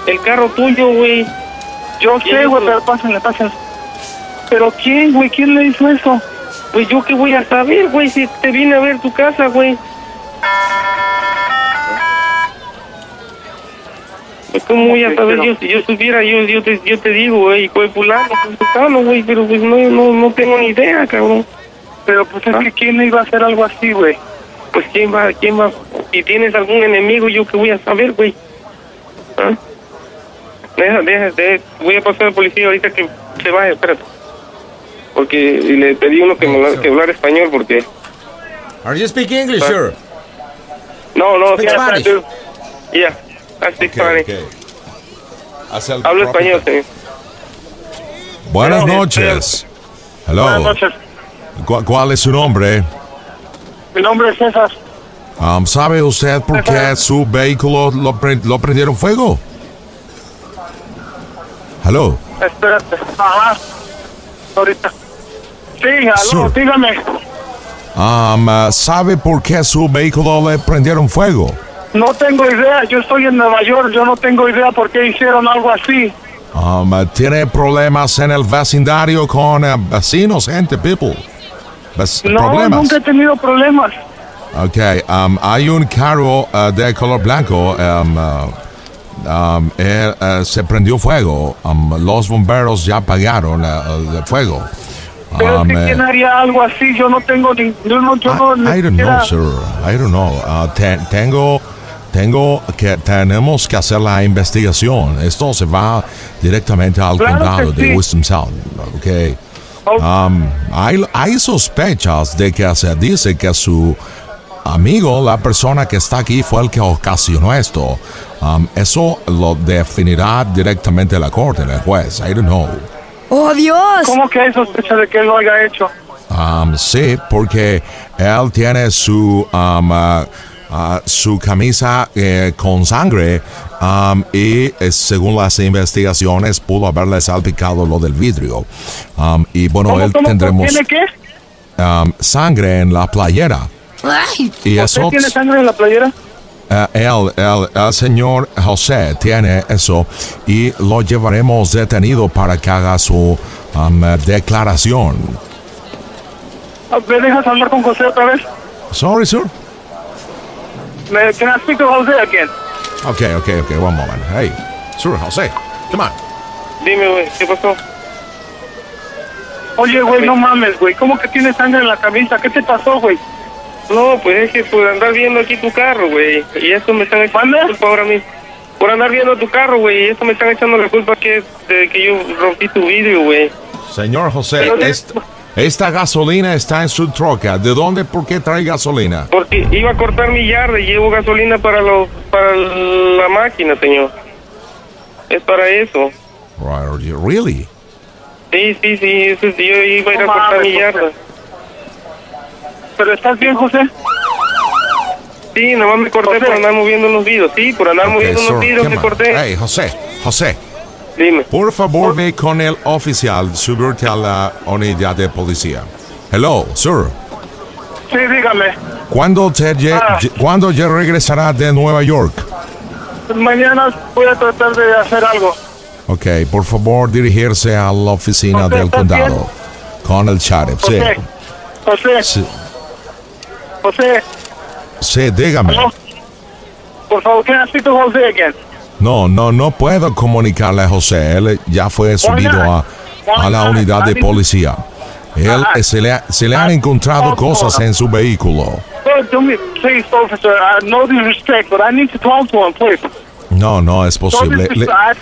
El carro tuyo, güey.
Yo
¿Quién
sé,
hizo?
güey, pero pásenle, pásenle. ¿Pero quién, güey? ¿Quién le hizo eso?
Pues yo qué voy a saber, güey, si te vine a ver tu casa, güey. Pues cómo voy a
Ok,
saber
pero-
yo, si yo supiera, yo, yo, te, yo te digo, güey, fue fulano, fue fulano, güey, pero pues no, no, no tengo ni idea, cabrón. Ah.
Pero pues es que quién iba a hacer algo así, güey.
Pues quién va, quién va, si tienes algún enemigo, yo qué voy a saber, güey. ¿Ah? Deja, deja, deja, voy a pasar al policía ahorita que se vaya, espérate. Porque y le pedí uno que, me habla- que hablara español, porque...
Are you speaking English,
Ah.
sir?
No, no,
Speak
yeah,
Spanish.
I do. Yeah, I speak Spanish. Hablo español, señor.
Buenas noches. Hello.
Buenas noches.
¿Cu- ¿Cuál es su nombre?
Mi nombre es César.
Um, ¿Sabe usted por qué su vehículo lo, pre- lo prendieron fuego? Hello.
Espérate. Ajá. Ahorita. Sí, aló,
Sir.
dígame.
Um, uh, ¿Sabe por qué su vehículo le prendieron fuego?
No tengo idea. Yo estoy en Nueva York. Yo no tengo idea por qué hicieron algo así.
Um, uh, ¿Tiene problemas en el vecindario con uh, vecinos, gente, people? Ves-
No,
problemas. Eh.
nunca he tenido problemas.
Ok, um, hay un carro uh, de color blanco. um, uh, um, eh, eh, se prendió fuego. Um, los bomberos ya apagaron uh, el fuego.
Pero
Um,
es que
eh,
quién haría algo así. Yo no tengo ni. Yo no. Yo no ni
I don't know,
siquiera-
sir. I don't know. Uh, te- tengo, tengo que tenemos que hacer la investigación. Esto se va directamente al
Claro que
condado de
sí.
Wisdom Sound. Okay. Um, hay, hay sospechas de que se dice que su amigo, la persona que está aquí, fue el que ocasionó esto. Um, eso lo definirá directamente la corte, el juez. I don't know.
¡Oh, Dios! ¿Cómo que hay sospecha de que él lo haya hecho?
Um, sí, porque él tiene su um, ah, ah, su camisa eh, con sangre um, y eh, según las investigaciones pudo haberle salpicado lo del vidrio. Um, y bueno,
¿Cómo,
él
cómo,
tendremos
¿Tiene qué?
um, sangre en la playera.
Ay,
Y
¿Usted
eso-
tiene sangre en la playera?
Eh, él, él, el señor José tiene eso y lo llevaremos detenido para que haga su um, eh, declaración.
Ah, ¿Me dejas hablar con José otra vez?
Sorry, sir.
¿Me, can I speak to José again?
Okay, okay, okay. One moment. Hey, sir, José, come on.
Dime, güey, ¿qué pasó?
Oye, güey, no mames, güey. ¿Cómo que tiene sangre en la camisa? ¿Qué te pasó, güey?
No, pues es que por andar viendo aquí tu carro, güey. Y eso me están echando la culpa ahora mismo. Por andar viendo tu carro, güey. Y eso me están echando la culpa que, de que yo rompí tu vidrio, güey.
Señor José,
Pero-
esta, esta gasolina está en su troca. ¿De dónde, por qué trae gasolina?
Porque iba a cortar mi yarda y llevo gasolina para, los, para la máquina, señor. Es para eso.
Right, Really?
Sí, sí, sí. eso es- yo iba a ir a
No
cortar
mames,
mi yarda.
¿Pero estás bien, José?
Sí, nomás me corté por andar moviendo unos vidrios. Sí, por andar
Okay,
moviendo
sir,
unos vidrios
come
me
on.
corté.
Hey, José, José.
Dime.
Por favor, ve con el oficial, subirte a la unidad de policía. Hello, sir.
Sí, dígame.
¿Cuándo, te lle-
Ah.
lle- ¿cuándo ya regresará de Nueva York?
Pues mañana voy a tratar de hacer algo.
Ok, por favor, dirigirse a la oficina
José,
del
¿estás
condado con el sheriff. Sí,
José. José.
sí,
José.
sí, dígame.
¿aló? Por favor, can I speak to José again?
No, no, no puedo comunicarle a José. Él ya fue subido a, a la unidad de policía. Él eh, se le, ha- se le han encontrado cosas en su vehículo.
Sir, Oh, do me, please, officer. I no disrespect, but I need to talk to him, please.
No, no es posible. Le,
disrespect.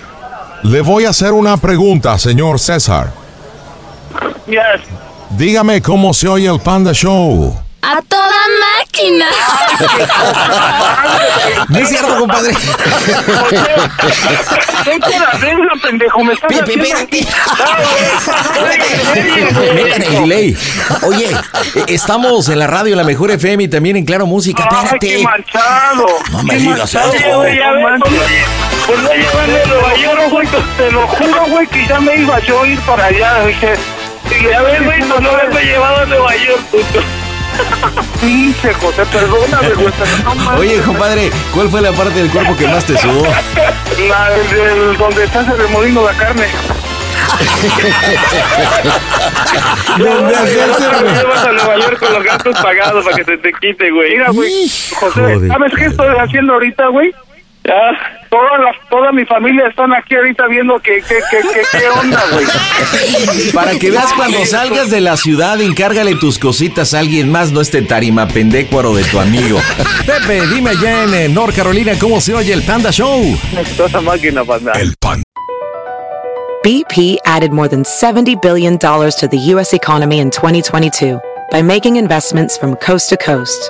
le voy a hacer una pregunta, señor César.
Yes.
Dígame cómo se oye el Panda Show.
A toda máquina.
No es cierto, compadre.
Ten que la regla, pendejo. Me estás
Metan el delay. Oye, eh, estamos en la radio La Mejor FM y también en Claro Música.
Ay,
Espérate.
qué manchado.
No me
Qué
digas
manchado,
eso.
güey, ya ves,
No manches.
Por no llevarme a Nueva York, güey, te lo juro, güey, que ya me iba yo a ir para allá. Dije, ya ves, güey, no lo he llevado a Nueva York, puto. Pinche José, perdóname, güey, pero no mames.
Oye, compadre, ¿cuál fue la parte del cuerpo que más te sudó?
La del- del- donde estás remoliendo la carne.
Donde vas a Nueva York con los gastos pagados para que se te quite, güey.
Mira, güey, José,
Joder,
¿sabes qué estoy haciendo ahorita, güey? Ya, toda, la, toda mi familia están aquí ahorita viendo que, que, que, que- qué onda, güey.
Para que veas cuando salgas de la ciudad, encárgale tus cositas a alguien más, no este tarima pendécuaro de tu amigo. Pepe, dime allá en eh, North Carolina cómo se oye el Panda Show.
Toda máquina, panda. El pan.
BP added more than $70 billion to the U.S. economy in 2022 by making investments from coast to coast.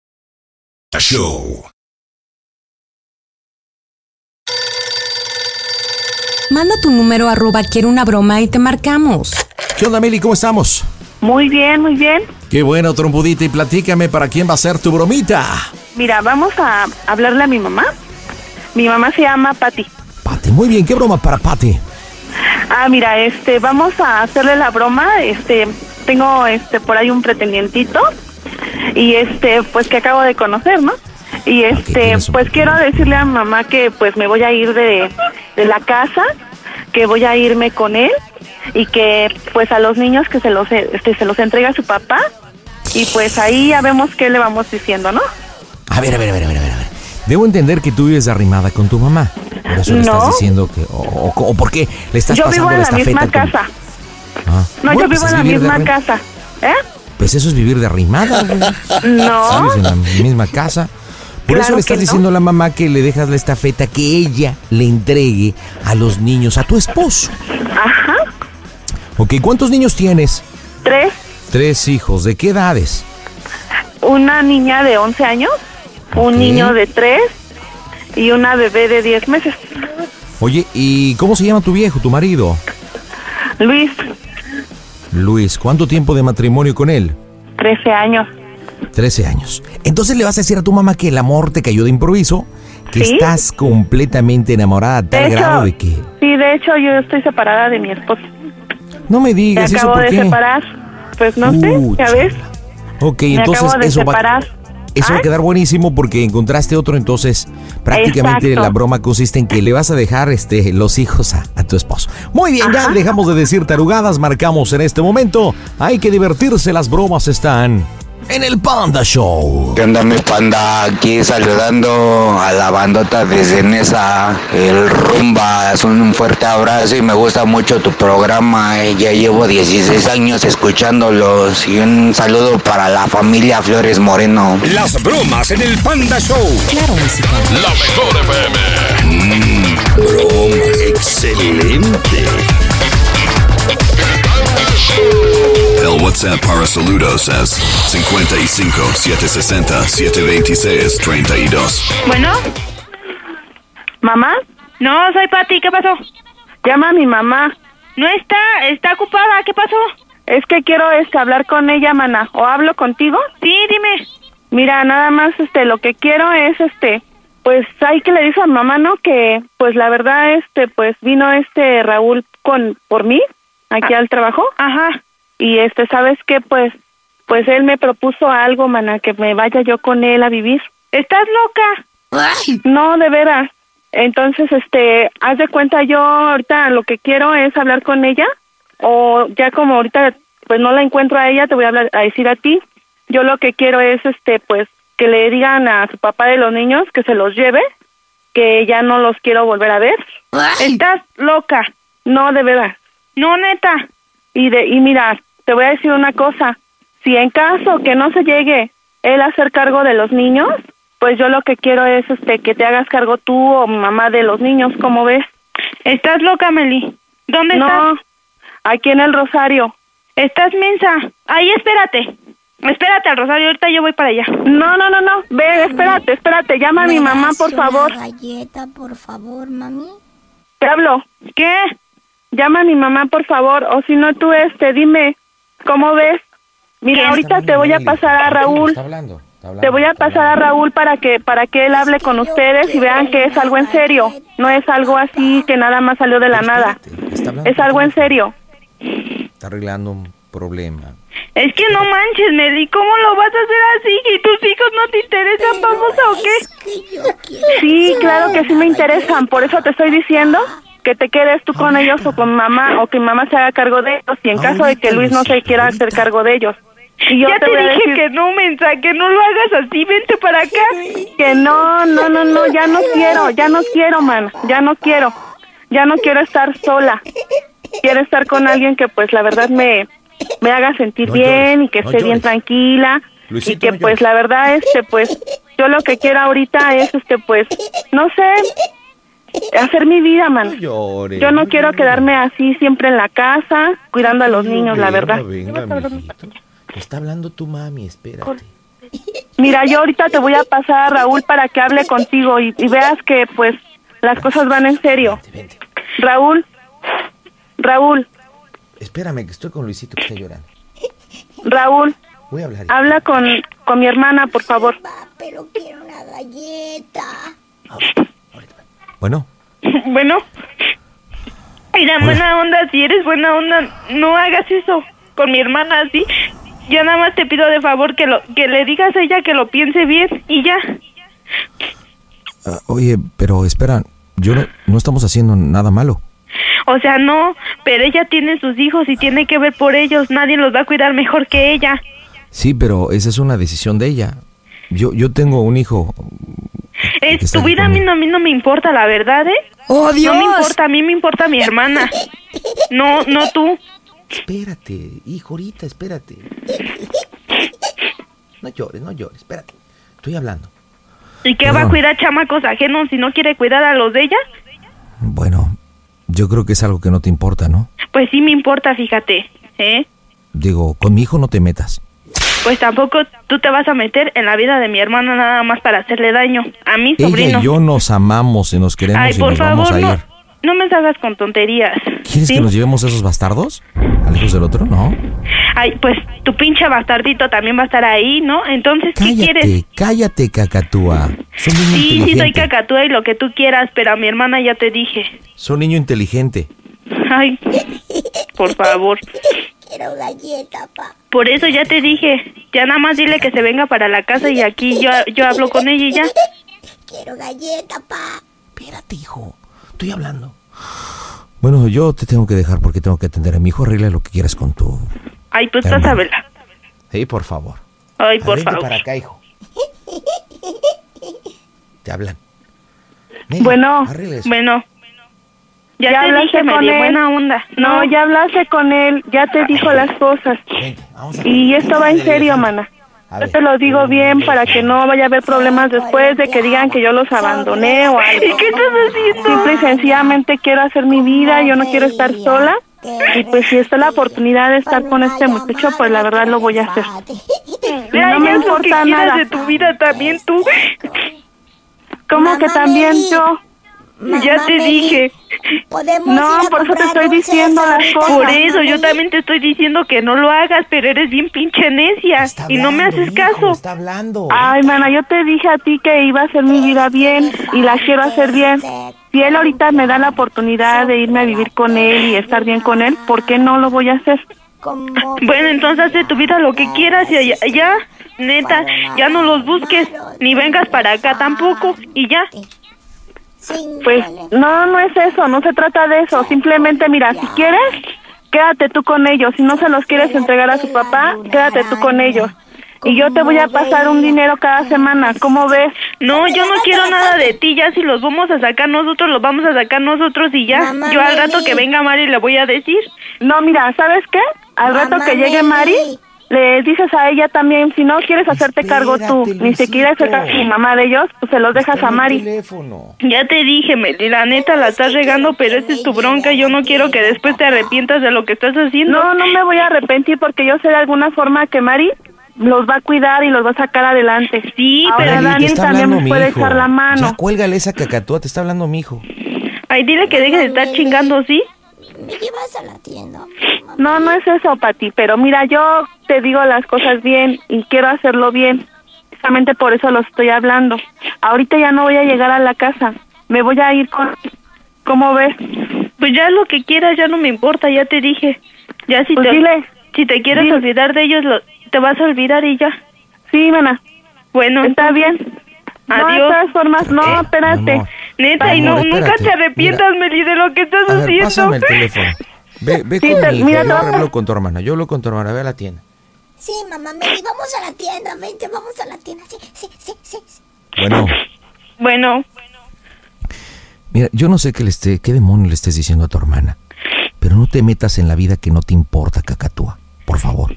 Show.
Manda tu número arroba quiero una broma y te marcamos.
¿Qué onda, Meli? ¿Cómo estamos?
Muy bien, muy bien.
Qué bueno, trompudita. Y platícame para quién va a ser tu bromita.
Mira, vamos a hablarle a mi mamá. Mi mamá se llama Patti.
Pati, muy bien. ¿Qué broma para Pati?
Ah, mira, este, vamos a hacerle la broma. Este, tengo este por ahí un pretendientito y este, pues que acabo de conocer, ¿no? Y este, pues quiero decirle a mamá que pues me voy a ir de, de la casa, que voy a irme con él y que pues a los niños que se los este se los entrega su papá y pues ahí ya vemos qué le vamos diciendo, ¿no?
A ver, a ver, a ver, a ver, a ver. Debo entender que tú vives arrimada con tu mamá. Por eso le estás
No.
diciendo que... O, o- o por qué le estás
yo
pasando
vivo en la
estafeta
misma
con-
casa.
Ah.
No,
Bueno,
yo vivo
pues
en
es
la
vivir de
misma
arrim-
casa. ¿Eh?
Pues eso es vivir de arrimada. güey.
No.
Vives en la misma casa. Por eso
Claro
le estás
que no.
diciendo a la mamá que le dejas la estafeta que ella le entregue a los niños, a tu esposo.
Ajá.
Ok, ¿cuántos niños tienes?
Tres,
Tres hijos. ¿De qué edades?
una niña de 11 años, un
Ok.
niño de 3 y una bebé de 10 meses.
Oye, ¿y cómo se llama tu viejo, tu marido?
Luis,
Luis, ¿cuánto tiempo de matrimonio con él?
13 años.
13 años. Entonces le vas a decir a tu mamá que el amor te cayó de improviso, que
Sí.
estás completamente enamorada a tal
De hecho-
grado de que...
Sí, de hecho yo estoy separada de mi esposo.
No me
Me
digas eso
acabo
por
de
qué.
separar. Pues no
Uh,
sé, ¿ya ves?
Ok,
Me
entonces
acabo de
eso va-
separar.
Eso va a quedar buenísimo porque encontraste otro, entonces prácticamente
Exacto.
la broma consiste en que le vas a dejar este, los hijos a, a tu esposo. Muy bien, ya dejamos de decir tarugadas, marcamos en este momento. Hay que divertirse, las bromas están en el Panda Show.
¿Qué onda mi panda? Aquí saludando a la bandota de Ceneza, el Rumba, es un fuerte abrazo y me gusta mucho tu programa, eh, ya llevo 16 años escuchándolos y un saludo para la familia Flores Moreno.
Las bromas en el Panda Show. Claro, música. La mejor FM.
Mm,
broma excelente.
El WhatsApp para saludos es 55 760 726 32.
Bueno. ¿Mamá?
No, soy Pati, ¿qué pasó?
Llama a mi mamá.
No está, está ocupada, ¿qué pasó?
Es que quiero este, hablar con ella, mana. ¿O hablo contigo?
Sí, dime.
Mira, nada más este lo que quiero es este pues hay que le dice a mamá, ¿no? Que pues la verdad este pues vino este Raúl con por mí aquí al trabajo.
Ajá.
Y este, ¿sabes qué? Pues pues él me propuso algo, mana, que me vaya yo con él a vivir.
¿Estás loca?
No, de veras. Entonces, este, haz de cuenta yo ahorita lo que quiero es hablar con ella o ya como ahorita pues no la encuentro a ella, te voy a, hablar, a decir a ti. Yo lo que quiero es este pues que le digan a su papá de los niños que se los lleve, que ya no los quiero volver a ver.
¿Estás loca?
No, de verdad.
No, neta.
Y de y mira, te voy a decir una cosa. Si en caso que no se llegue él a hacer cargo de los niños, pues yo lo que quiero es este que te hagas cargo tú o mamá de los niños, ¿cómo ves?
¿Estás loca, Meli? ¿Dónde
no,
estás?
Aquí en el Rosario.
¿Estás mensa? Ahí, espérate. Espérate al Rosario, ahorita yo voy para allá.
No, no, no, no. Ve, espérate, espérate. Llama a mi mamá, por favor.
galleta, por favor, mami.
Te hablo.
¿Qué?
Llama a mi mamá, por favor. O si no, tú este, dime, ¿cómo ves? Mira, ahorita te voy a pasar a Raúl. Te voy a pasar a Raúl para que para que él hable con ustedes y vean que es algo en serio. No es algo así que nada más salió de la nada.
Está hablando,
Es algo en serio.
está arreglando un problema.
Es que no manches, Meli, ¿cómo lo vas a hacer así? ¿Y tus hijos no te interesan, babosa, o qué?
Sí, claro que sí me interesan, por eso te estoy diciendo que te quedes tú con ellos o con mamá o que mamá se haga cargo de ellos y en caso de que Luis no se quiera hacer cargo de ellos. Y yo
ya te,
voy a
dije
decir-
que no, mensa, que no lo hagas así, vente para acá.
Que no, no, no, no, ya no quiero, ya no quiero, man, ya no quiero. Ya no quiero estar sola. Quiero estar con alguien que pues la verdad me, me haga sentir
No
bien
llores,
y que
no
esté bien
llores.
tranquila y
Luisito,
que
no llores.
pues la verdad este pues yo lo que quiero ahorita es este pues no sé hacer mi vida, man.
Llore.
Yo no quiero quedarme así siempre en la casa cuidando a los niños, la
Venga,
verdad.
venga, mijito. Está hablando tu mami, espera.
Mira, yo ahorita te voy a pasar a Raúl para que hable contigo y, y veas que pues las cosas van en serio. Raúl, Raúl,
Espérame, que estoy con Luisito que está llorando.
Raúl,
Voy a hablar.
habla con, con mi hermana, por favor.
Pero quiero una galleta.
Bueno.
bueno. Mira, buena onda, si eres buena onda, no hagas eso con mi hermana así. Yo nada más te pido de favor que lo que le digas a ella que lo piense bien y ya.
Ah, oye, pero espera, yo no, no estamos haciendo nada malo.
O sea, no, pero ella tiene sus hijos y tiene que ver por ellos. Nadie los va a cuidar mejor que ella.
Sí, pero esa es una decisión de ella. Yo, yo tengo un hijo.
Es
está
tu vida a mí, no, a mí no me importa, la verdad, ¿eh?
¡Oh, Dios!
No me importa, a mí me importa mi hermana. No, no tú.
Espérate, hijo, ahorita, espérate. No llores, no llores, espérate. Estoy hablando.
¿Y qué va a
Perdón.
cuidar chamacos ajenos si no quiere cuidar a los de ella?
Bueno, yo creo que es algo que no te importa, ¿no?
Pues sí me importa, fíjate, ¿eh?
Digo, con mi hijo no te metas.
Pues tampoco tú te vas a meter en la vida de mi hermana nada más para hacerle daño a mi
Ella
sobrino.
y yo nos amamos y nos queremos
Ay,
y
por
nos vamos
favor,
a ir.
no, no me salgas con tonterías.
¿Quieres
¿sí?
que nos llevemos a esos bastardos? ¿Al hijos del otro? No.
Ay, pues tu pinche bastardito también va a estar ahí, ¿no? Entonces, ¿qué quieres?
Cállate, cállate, cacatúa. Son niño
Sí, sí, soy
inteligente.
cacatúa y lo que tú quieras, pero a mi hermana ya te dije.
Son niño inteligente.
Ay, por favor.
Quiero galleta, pa.
Por eso ya te dije. Ya nada más dile que se venga para la casa y aquí yo, yo hablo con ella y ya.
Quiero galleta, pa. Espérate, hijo.
Estoy hablando. Bueno, yo te tengo que dejar porque tengo que atender a mi hijo. Arregla lo que quieras con tu...
Ay, pues estás a verla.
Sí, por favor.
Ay, por
Vente
favor.
para acá, hijo. Te hablan.
Bueno,
bueno.
Ya
Ya, te
hablaste
dije, me
con él.
buena onda.
No, ya hablaste con él, ya te dijo las cosas. Y esto va en serio, mana. Yo te lo digo bien para que no vaya a haber problemas después de que digan que yo los abandoné o algo.
¿Y qué estás haciendo?
Simple y sencillamente quiero hacer mi vida, yo no quiero estar sola. Y pues si está la oportunidad de estar con este muchacho, pues la verdad lo voy a hacer.
Ya,
No me
ya es lo que
importa
quieras
nada.
de tu vida también tú.
¿Cómo que también yo?
ya te dije.
No, por eso te estoy diciendo las cosas.
Por eso yo también te estoy diciendo que no lo hagas, pero eres bien pinche necia y no me haces caso.
hablando.
Ay, mana, yo te dije a ti que iba a hacer mi vida bien y la quiero hacer bien. Si él ahorita me da la oportunidad de irme a vivir con él y estar bien con él, ¿por qué no lo voy a hacer?
Bueno, entonces haz de tu vida lo que quieras y ya, ya, neta, ya no los busques ni vengas para acá tampoco y ya.
Pues no, no es eso, no se trata de eso. Simplemente, mira, si quieres, quédate tú con ellos. Si no se los quieres entregar a su papá, quédate tú con ellos. Y yo te voy a pasar un dinero cada semana, ¿cómo ves?
No, yo no quiero nada de ti, ya si los vamos a sacar nosotros, los vamos a sacar nosotros y ya.
Mamá,
Yo al rato
Meli.
que venga Mari le voy a decir.
No, mira, ¿sabes qué? Al rato
Mamá,
que llegue
Meli.
Mari, le dices a ella también, si no quieres hacerte cargo tú, ni si quieres hacer cargo tu mamá de ellos, pues se los dejas a Mari.
Ya te dije, Meli, la neta la estás regando, pero esa es tu bronca. Yo no quiero que después te arrepientas de lo que estás haciendo.
No, no me voy a arrepentir porque yo sé de alguna forma que Mari los va a cuidar y los va a sacar adelante.
Sí,
Ahora
Mari, te
Dani
está
también
hablando
me
mi
puede
hijo.
echar la mano.
Ya, cuélgale esa cacatúa, te está hablando mi hijo.
Ay, dile que deje de estar chingando, ¿sí?
¿Me llevas a la tienda?
No, no es eso, Pati, pero mira, yo te digo las cosas bien y quiero hacerlo bien. Justamente por eso los estoy hablando. Ahorita ya no voy a llegar a la casa. Me voy a ir con... ¿Cómo ves?
Pues ya lo que quieras, ya no me importa, ya te dije. Ya si
Pues
te...
dile,
Si te quieres olvidar de ellos, lo- te vas a olvidar y ya.
Sí, mana.
Bueno,
Está bien.
Adiós.
No, de todas formas,
Eh,
no, espérate.
neta, y no,
Amor,
nunca
espérate.
te arrepientas, Meli, de lo que estás
A ver,
haciendo.
pásame el teléfono. Ve, ve
Sí,
con
te-
mi hijo,
mira, te
yo
vas a-
hablo con tu hermana, yo hablo con tu hermana, ve a la tienda.
Sí, mamá, Meli, vamos a la tienda, vente, vamos a la tienda. Sí, sí, sí, sí. sí.
Bueno,
Bueno,
mira, yo no sé qué, le esté, qué demonio le estés diciendo a tu hermana, pero no te metas en la vida que no te importa, cacatúa, por favor.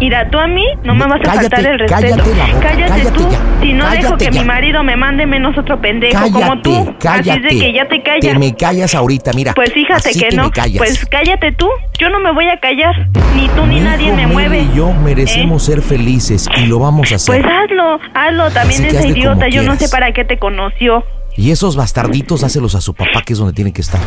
mira, tú a mí no me vas a faltar el respeto.
cállate la boca, cállate
tú,
ya,
si no dejo
cállate
que
ya.
mi marido me mande menos otro pendejo como tú. Así es de que ya te callas.
Te me callas ahorita, mira.
Pues fíjate
así
que,
te
no.
me callas.
Pues cállate tú. Yo no me voy a callar. Ni tú ni
Mi
nadie
hijo
me mueve.
Mary y yo merecemos ser felices y lo vamos a hacer.
eh. Pues hazlo, hazlo. También
Así que
ese
hazle
idiota,
como
yo no sé
quieras.
para qué te conoció.
Y esos bastarditos hácelos a su papá, que es donde tienen que estar.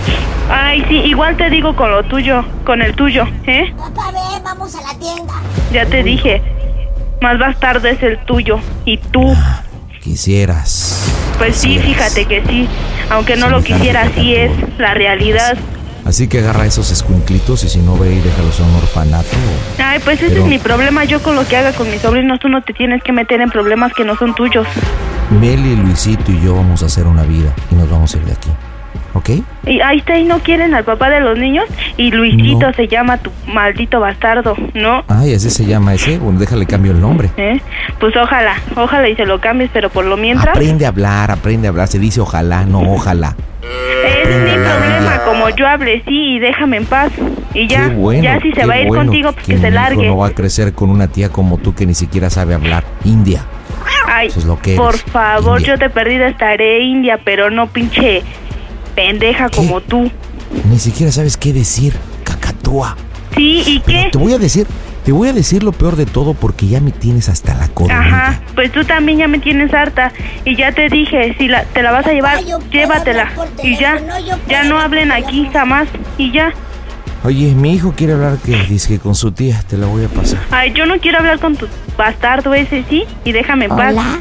Ay, sí, igual te digo con lo tuyo, con el tuyo, ¿eh?
Papá, ven, vamos a la tienda.
Ya te dije, más bastardo es el tuyo. Y tú,
Quisieras.
pues sí, fíjate que sí. Aunque no lo quisiera, así es la realidad.
Así que agarra esos escuinclitos y si no ve y déjalos a un orfanato.
Ay, pues ese
Pero-
es mi problema. Yo con lo que haga con mis sobrinos, tú no te tienes que meter en problemas que no son tuyos.
Meli, Luisito y yo vamos a hacer una vida y nos vamos a ir de aquí. ¿Ok?
Y ahí está, y no quieren al papá de los niños. Y Luisito se llama tu maldito bastardo, ¿no?
Ay, así se llama ese. Bueno, déjale cambio el nombre.
¿Eh? Pues ojalá, ojalá y se lo cambies, pero por lo mientras,
Aprende a hablar, aprende a hablar. Se dice ojalá, no ojalá.
ese es mi problema, como yo hable, sí, y déjame en paz. Y ya,
Qué bueno,
ya si se
qué
va a ir
bueno
contigo, pues que
mi
se
hijo
largue.
No va a crecer con una tía como tú que ni siquiera sabe hablar. India.
Ay,
Eso es lo que eres,
por favor,
India.
yo te perdí de esta tarea india, pero no pinche pendeja como tú.
Ni siquiera sabes qué decir. Cacatúa.
Sí, ¿y qué?
Te voy a decir, te voy a decir lo peor de todo porque ya me tienes hasta la cola.
Ajá, pues tú también ya me tienes harta. Y ya te dije, si la, te la vas a llevar, llévatela. Y ya, ya no hablen aquí jamás. Y ya.
Oye, mi hijo quiere hablar que dice que con su tía te la voy a pasar.
Ay, yo no quiero hablar con tu bastardo ese, sí, y déjame en paz.
Hola.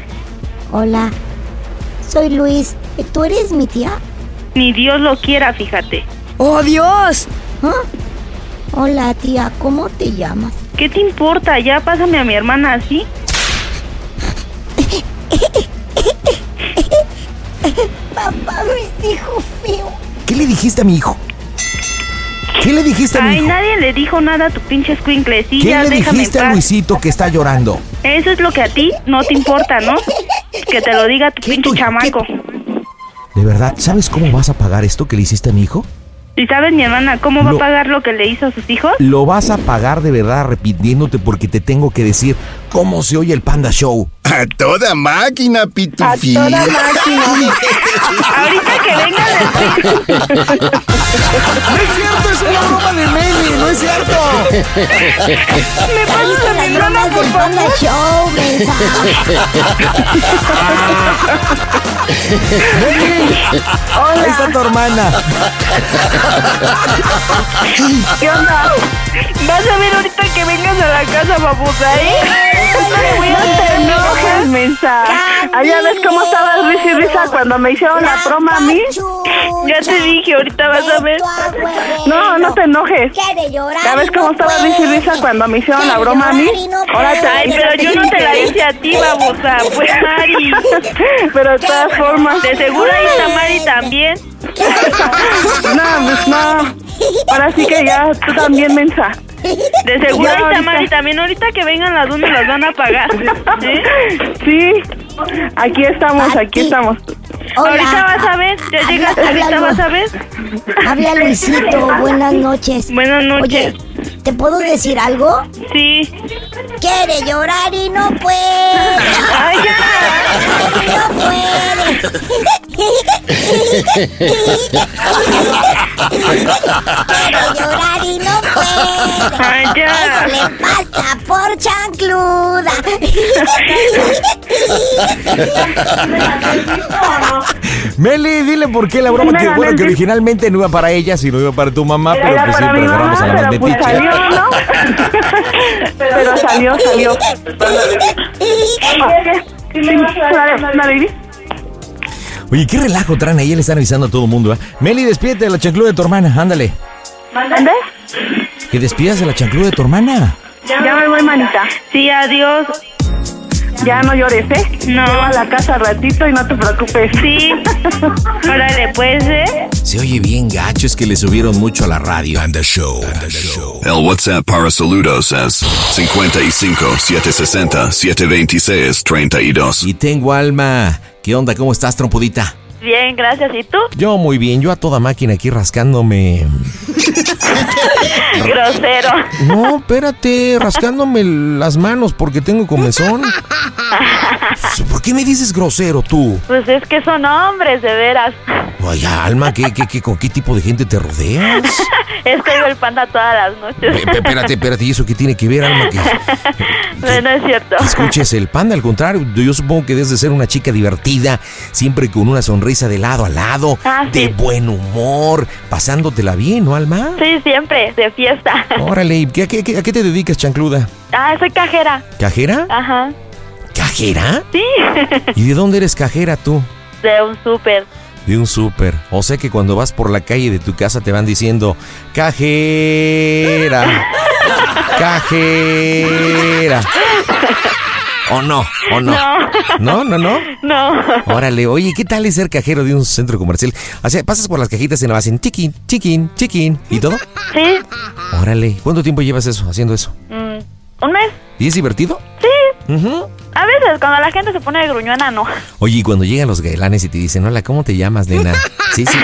Hola, soy Luis. ¿Tú eres mi tía?
Ni Dios lo quiera, fíjate.
¡Oh, Dios! ¿Ah? Hola, tía, ¿cómo te llamas?
¿Qué te importa? Ya pásame a mi hermana así.
Papá me dijo feo.
¿Qué le dijiste a mi hijo? ¿Qué le dijiste a mi
Ay,
hijo?
nadie le dijo nada a tu pinche escuincle, sí,
¿Qué
ya
le
déjame en
dijiste a
paz.
Luisito que está llorando?
Eso es lo que a ti no te importa, ¿no? Que te lo diga tu pinche chamaco.
De verdad, ¿sabes cómo vas a pagar esto que le hiciste a mi hijo?
¿Y sabes mi hermana cómo va
Lo-
a pagar lo que le hizo a sus hijos?
Lo vas a pagar de verdad arrepintiéndote porque te tengo que decir cómo se oye el Panda Show.
A toda máquina, Pitufín.
toda máquina.
Ahorita que venga
No es cierto, es una broma de Meli, no es cierto.
Me pasas la broma del Panda Show,
Hola.
Ahí está tu hermana.
¿Qué onda? Vas a ver ahorita que vengas a la casa, babosa, ¿eh? No le voy a hacer
No
nada.
te enojes, mensa. Allá ves cómo estabas risa y risa cuando me hicieron la broma a mí.
Ya te dije, ahorita vas a ver.
No, no te enojes.
Quiere llorar.
¿Ya ves cómo estabas risa y risa cuando me hicieron la broma a mí? Ahora te
Ay, pero yo no te la hice a ti, babosa. Pues Mari.
Pero de todas formas.
De seguro ahí está Mari también.
No, pues no. Ahora sí que ya tú también, mensa.
De seguro
Ya
ahí está
ahorita.
Mari también. Ahorita que vengan las dos me las van a pagar. ¿eh?
Sí. Aquí estamos, aquí estamos.
Ahorita vas a ver. Ya
Habla-
llegaste,
habla
ahorita
Lu-
vas a ver.
Habla Luisito, buenas noches.
Buenas
noches. ¿te puedo decir algo?
Sí.
Quiere llorar y no puede.
Ay,
No puede. Quiere llorar y no puede.
Ay, ya.
Eso le pasa por chancluda.
Meli, dile por qué la broma que, bueno, que originalmente no iba para ella, sino iba para tu mamá, pero
Era
pues
para
siempre
mi
agarramos
mamá,
a la más
pero pues
metiche.
salió, ¿no? Pero salió, salió. Sí, dale, dale, Vivi.
Oye, qué relajo traen ahí, le están avisando a todo el mundo, ¿eh? Meli, despídete de la chancluda de tu hermana, ándale.
¿Mande?
que despidas de la chancluda de tu hermana.
Ya, me voy, manita. Sí, adiós. Ya no llores, ¿eh? No. Lleva a la casa al ratito y no te preocupes. Sí.
Órale, pues, ¿eh?
Se oye bien gacho, es que le subieron mucho a la radio. And the show.
El WhatsApp para saludos es 55 760 726 32.
Y tengo alma. ¿Qué onda? ¿Cómo estás, trompudita?
Bien, gracias. ¿Y tú?
Yo muy bien, yo a toda máquina aquí rascándome.
Grosero.
No, espérate, rascándome las manos porque tengo comezón. ¿Por qué me dices grosero tú?
Pues es que son hombres, de veras.
Vaya, Alma, ¿qué, qué, qué, ¿con qué tipo de gente te rodeas?
Estoy el panda todas las noches.
Pe- pe- Espérate, espérate, ¿y eso qué tiene que ver, Alma? Que
No, no es cierto.
escuches el panda, al contrario, yo supongo que debes de ser una chica divertida, siempre con una sonrisa de lado a lado,
Ah,
de
sí.
buen humor, pasándotela bien, ¿no, Alma?
Sí, siempre, de fiesta.
Órale, ¿y ¿qué, qué- qué- a qué te dedicas, chancluda?
Ah, soy cajera.
¿Cajera?
Ajá.
¿Cajera?
Sí.
¿Y de dónde eres cajera tú?
De un súper.
De un súper. O sea que cuando vas por la calle de tu casa te van diciendo, cajera, cajera. ¿O no? ¿O no? No, no, no.
No.
Órale, oye, ¿qué tal es ser cajero de un centro comercial? O sea, pasas por las cajitas y nada más en chiquín, chiquín, chiquín y todo.
Sí.
Órale, ¿cuánto tiempo llevas eso, haciendo eso?
Mm, ¿Un mes?
¿Y es divertido?
Sí.
Ujú.
A veces, cuando la gente se pone gruñona, no.
Oye, y cuando llegan los gaelanes y te dicen, hola, ¿cómo te llamas, nena? Sí, sí.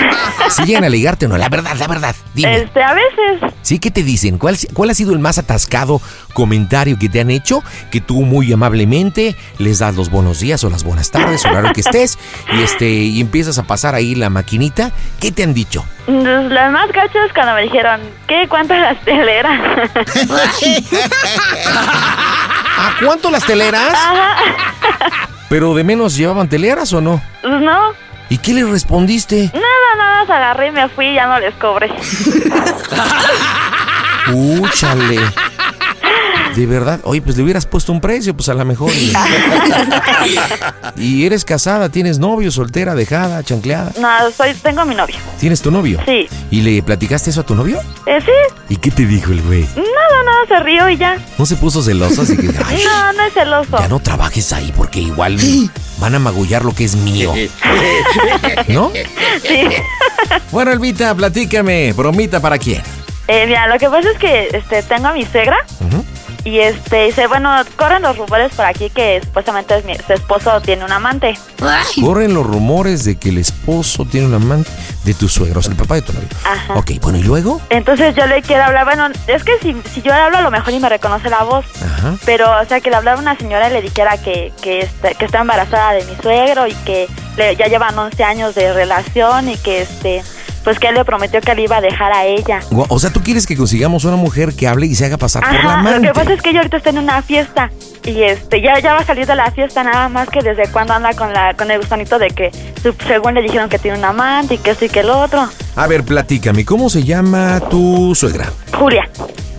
¿Sí llegan a ligarte o no? La verdad, la verdad. Dime.
Este, a veces.
Sí, ¿qué te dicen? ¿Cuál, ¿Cuál ha sido el más atascado comentario que te han hecho? Que tú muy amablemente les das los buenos días o las buenas tardes o la hora que estés y, este, y empiezas a pasar ahí la maquinita. ¿Qué te han dicho?
Pues, Las más gachas cuando me dijeron, ¿qué? ¿Cuántas las teleras?
¿A cuánto las teleras? ¿Pero de menos llevaban teleras o no?
Pues no,
¿Y qué les respondiste?
nada, nada, las agarré y me fui y ya no les cobré.
Úchale. De verdad, oye, pues le hubieras puesto un precio, pues a lo mejor. Y, y eres casada, tienes novio, soltera, dejada, chancleada.
No, soy, tengo a mi novio.
¿Tienes tu novio?
Sí.
¿Y le platicaste eso a tu novio?
Eh, sí,
¿Y qué te dijo el güey?
nada, nada, se rió y ya.
No se puso celoso, así que ay,
No, no es celoso.
ya no trabajes ahí porque igual van a magullar lo que es mío. ¿No?
Sí.
Bueno, Elvita, platícame. ¿Bromita para quién?
Eh, mira, lo que pasa es que este, tengo a mi suegra y este dice, bueno, corren los rumores por aquí que supuestamente es mi, su esposo tiene un amante.
Corren los rumores de que el esposo tiene un amante de tus suegros, el papá de tu novio.
Ajá.
Ok, bueno, ¿y luego?
Entonces yo le quiero hablar, bueno, es que si, si yo le hablo a lo mejor y me reconoce la voz.
Ajá.
Pero, o sea, que le hablara una señora y le dijera que, que, está, que está embarazada de mi suegro y que le- ya llevan 11 años de relación y que, este, pues que él le prometió que le iba a dejar a ella.
Gua- O sea, tú quieres que consigamos una mujer que hable y se haga pasar por la
Ajá, lo
amante.
que pasa es que ella ahorita está en una fiesta y este ya ya va a salir de la fiesta nada más que desde cuando anda con la con el gusanito de que su- según le dijeron que tiene un amante y que esto y que el otro.
A ver, platícame, ¿cómo se llama tu suegra?
Julia,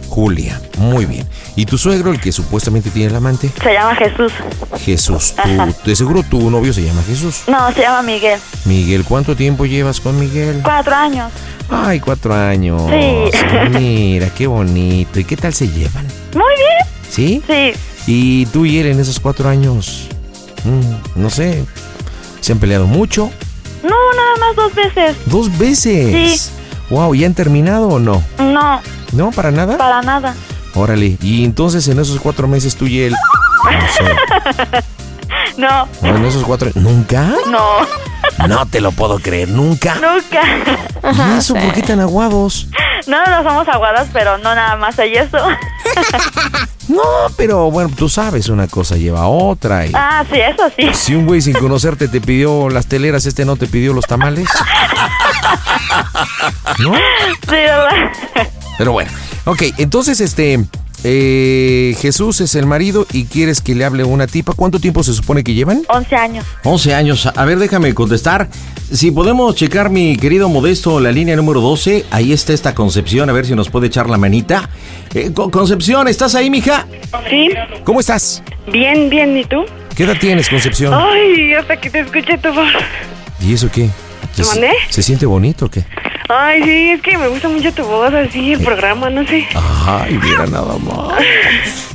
Julia. Muy bien. ¿Y tu suegro, el que supuestamente tiene el amante?
se llama Jesús.
Jesús. Tú-
Ajá.
de seguro tu novio se llama Jesús.
No, se llama Miguel.
Miguel, ¿cuánto tiempo llevas con Miguel?
Cuatro años.
Ay, cuatro años.
Sí.
Mira, qué bonito. ¿Y qué tal se llevan?
Muy bien.
¿Sí?
Sí.
¿Y tú y él en esos cuatro años? Mm, no sé. ¿Se han peleado mucho?
No, nada más dos veces.
¿Dos veces?
Sí.
Wow, ¿y han terminado o no?
No,
¿No? ¿Para nada?
para nada.
Órale. ¿Y entonces en esos cuatro meses tú y él?
No,
¿O en esos cuatro... ¿Nunca?
no,
No te lo puedo creer, nunca.
nunca.
¿Y eso por qué tan aguados?
No, no somos aguadas, pero no nada más hay eso.
No, pero bueno, tú sabes, una cosa lleva a otra. Y...
Ah, sí, eso sí.
Si un güey sin conocerte te pidió las teleras, este no te pidió los tamales. ¿No?
Sí, ¿verdad?
Pero bueno. Ok, entonces este. eh, Jesús es el marido y quieres que le hable una tipa. ¿Cuánto tiempo se supone que llevan?
11 años.
11 años. A ver, déjame contestar. Si podemos checar, mi querido Modesto, la línea número 12. Ahí está esta Concepción. A ver si nos puede echar la manita. Eh, Con- Concepción, ¿estás ahí, mija?
Sí.
¿Cómo estás?
Bien, bien, ¿y tú?
¿Qué edad tienes, Concepción?
Oh. Ay, hasta que te escuché tu voz.
¿Y eso qué? ¿Se,
¿Mandé?
se siente bonito o qué?
Ay, sí, es que me gusta mucho tu voz, así, el programa, no sé.
Ay, mira nada más.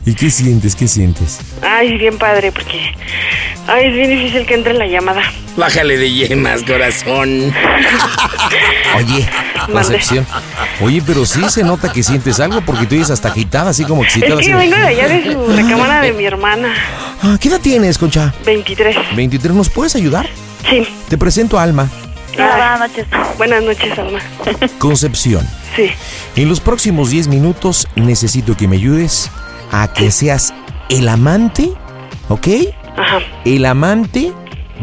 ¿Y qué sientes? ¿Qué sientes?
Ay, bien padre, porque... Ay, es bien difícil que entre la llamada.
Bájale de yemas, corazón.
Oye, Concepción. Oye, pero sí se nota que sientes algo porque tú dices hasta agitada, así como excitada.
Es que
así-
vengo de allá de su recámara de mi hermana,
Ah, ¿Qué edad tienes, Concha?
23.
23. ¿Nos puedes ayudar?
Sí.
Te presento a Alma,
buenas noches. Buenas noches, Alma.
Concepción.
Sí.
En los próximos 10 minutos necesito que me ayudes a que seas el amante, ¿ok?
Ajá.
El amante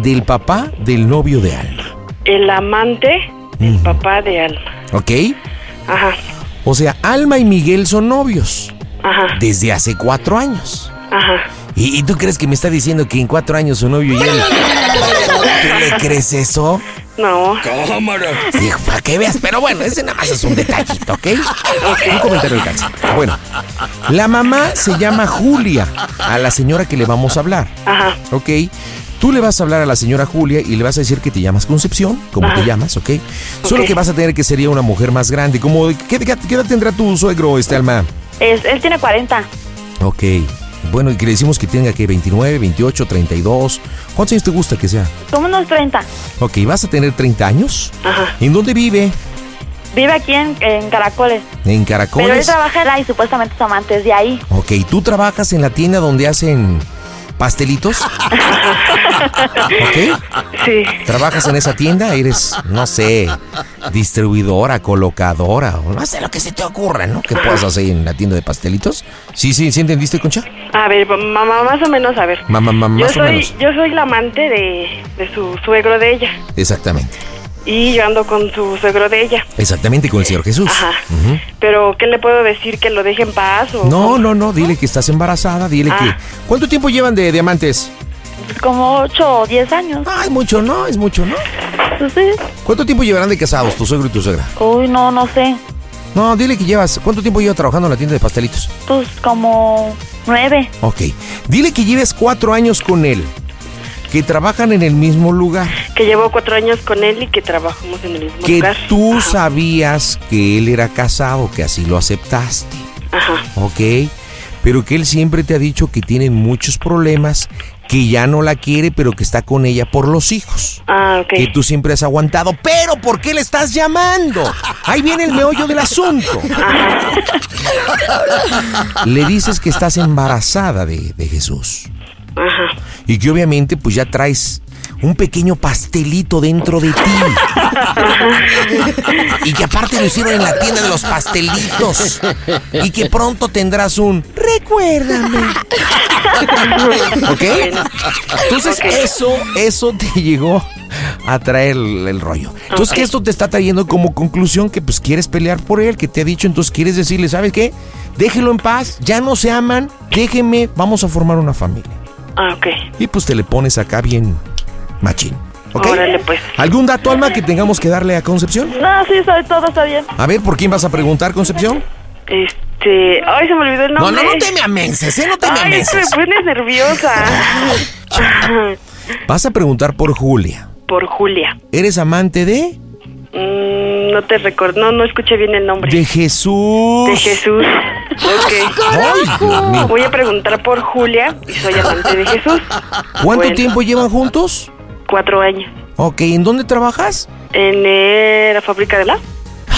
del papá del novio de Alma,
El amante,
Mm.
el papá de Alma.
¿ok?
Ajá,
O sea, Alma y Miguel son novios
ajá,
desde hace cuatro años.
ajá.
¿Y, y tú crees que me está diciendo que en cuatro años su novio y él... ¿Tú le crees eso?
No.
Dijo, para que veas, pero bueno, ese nada más es un detallito, ¿ok? Un comentario alcance. Bueno, la mamá se llama Julia, a la señora que le vamos a hablar.
Ajá.
¿Ok? Tú le vas a hablar a la señora Julia y le vas a decir que te llamas Concepción, como te
Ajá.
llamas, ¿ok? Solo
Ok.
que vas a tener que sería una mujer más grande. Como, ¿qué, qué- qué edad tendrá tu suegro, este alma?
Es- él tiene 40.
Ok. Bueno, y que le decimos que tenga que 29, 28, 32. ¿Cuántos años te gusta que sea?
Como unos 30.
Ok, vas a tener 30 años.
Ajá.
¿En dónde vive?
Vive aquí en, en Caracoles.
En
Pero él
Caracoles.
trabaja en la y supuestamente su amante es de ahí.
Ok, ¿tú trabajas en la tienda donde hacen pastelitos? ¿Ok?
Sí.
¿Trabajas en esa tienda? ¿Eres, no sé, distribuidora, colocadora? o No sé lo que se te ocurra, ¿no? ¿Qué puedes hacer en la tienda de pastelitos? Sí, sí, ¿sí entendiste, Concha?
A ver, mamá, más o menos, a ver.
Mamá, mamá,
yo
más o
soy,
menos.
yo soy la amante de, de su suegro de ella.
Exactamente.
Y yo ando con su suegro de ella.
Exactamente con el Señor Jesús.
Ajá.
Ujú.
Pero, ¿qué le puedo decir? ¿Que lo deje en paz? O
No, no, no, dile que estás embarazada, dile
Ah.
que... ¿Cuánto tiempo llevan de diamantes?
Como 8 o 10 años. Pues
Ay, mucho no, es mucho no. ¿Cuánto tiempo llevarán de casados tu suegro y tu suegra?
Uy, no, no sé.
No, dile que llevas... ¿Cuánto tiempo lleva trabajando en la tienda de pastelitos?
Pues como 9.
Ok. Dile que lleves cuatro años con él. Que trabajan en el mismo lugar.
Que llevo cuatro años con él y que trabajamos en el mismo
Que
lugar.
tú sabías que él era casado, que así lo aceptaste.
Ajá.
Ok. Pero que él siempre te ha dicho que tienen muchos problemas, que ya no la quiere, pero que está con ella por los hijos.
Ah, ok.
Que tú siempre has aguantado. Pero ¿por qué le estás llamando? Ahí viene el meollo del asunto. Le dices que estás embarazada de, de Jesús.
Ajá.
Y que obviamente pues ya traes un pequeño pastelito dentro de ti. Y que aparte lo hicieron en la tienda de los pastelitos. Y que pronto tendrás un... Recuérdame. ¿Ok? Entonces eso, eso te llegó a traer el, el rollo. Entonces que esto te está trayendo como conclusión que pues quieres pelear por él, que te ha dicho, entonces quieres decirle, ¿sabes qué? Déjelo en paz, ya no se aman, déjeme, vamos a formar una familia.
Ah, ok.
Y pues te le pones acá bien machín. ¿Ok?
Órale, pues.
¿Algún dato, Alma, que tengamos que darle a Concepción?
No, sí, soy todo, está bien.
A ver, ¿por quién vas a preguntar, Concepción?
Este. Ay, se me olvidó el
No, no,
nombre.
no te me amenses, ¿eh? No te me
Ay, es que
amenses.
me pones nerviosa.
Vas a preguntar por Julia.
Por Julia.
¿Eres amante de?
Mm, no te recuerdo. No, no escuché bien el nombre.
De Jesús.
De Jesús.
Dios mío.
Ok. Voy a preguntar por Julia y soy amante de Jesús.
¿Cuánto
Bueno,
tiempo llevan juntos?
Cuatro años.
Ok, ¿en dónde trabajas?
En eh, la fábrica de la.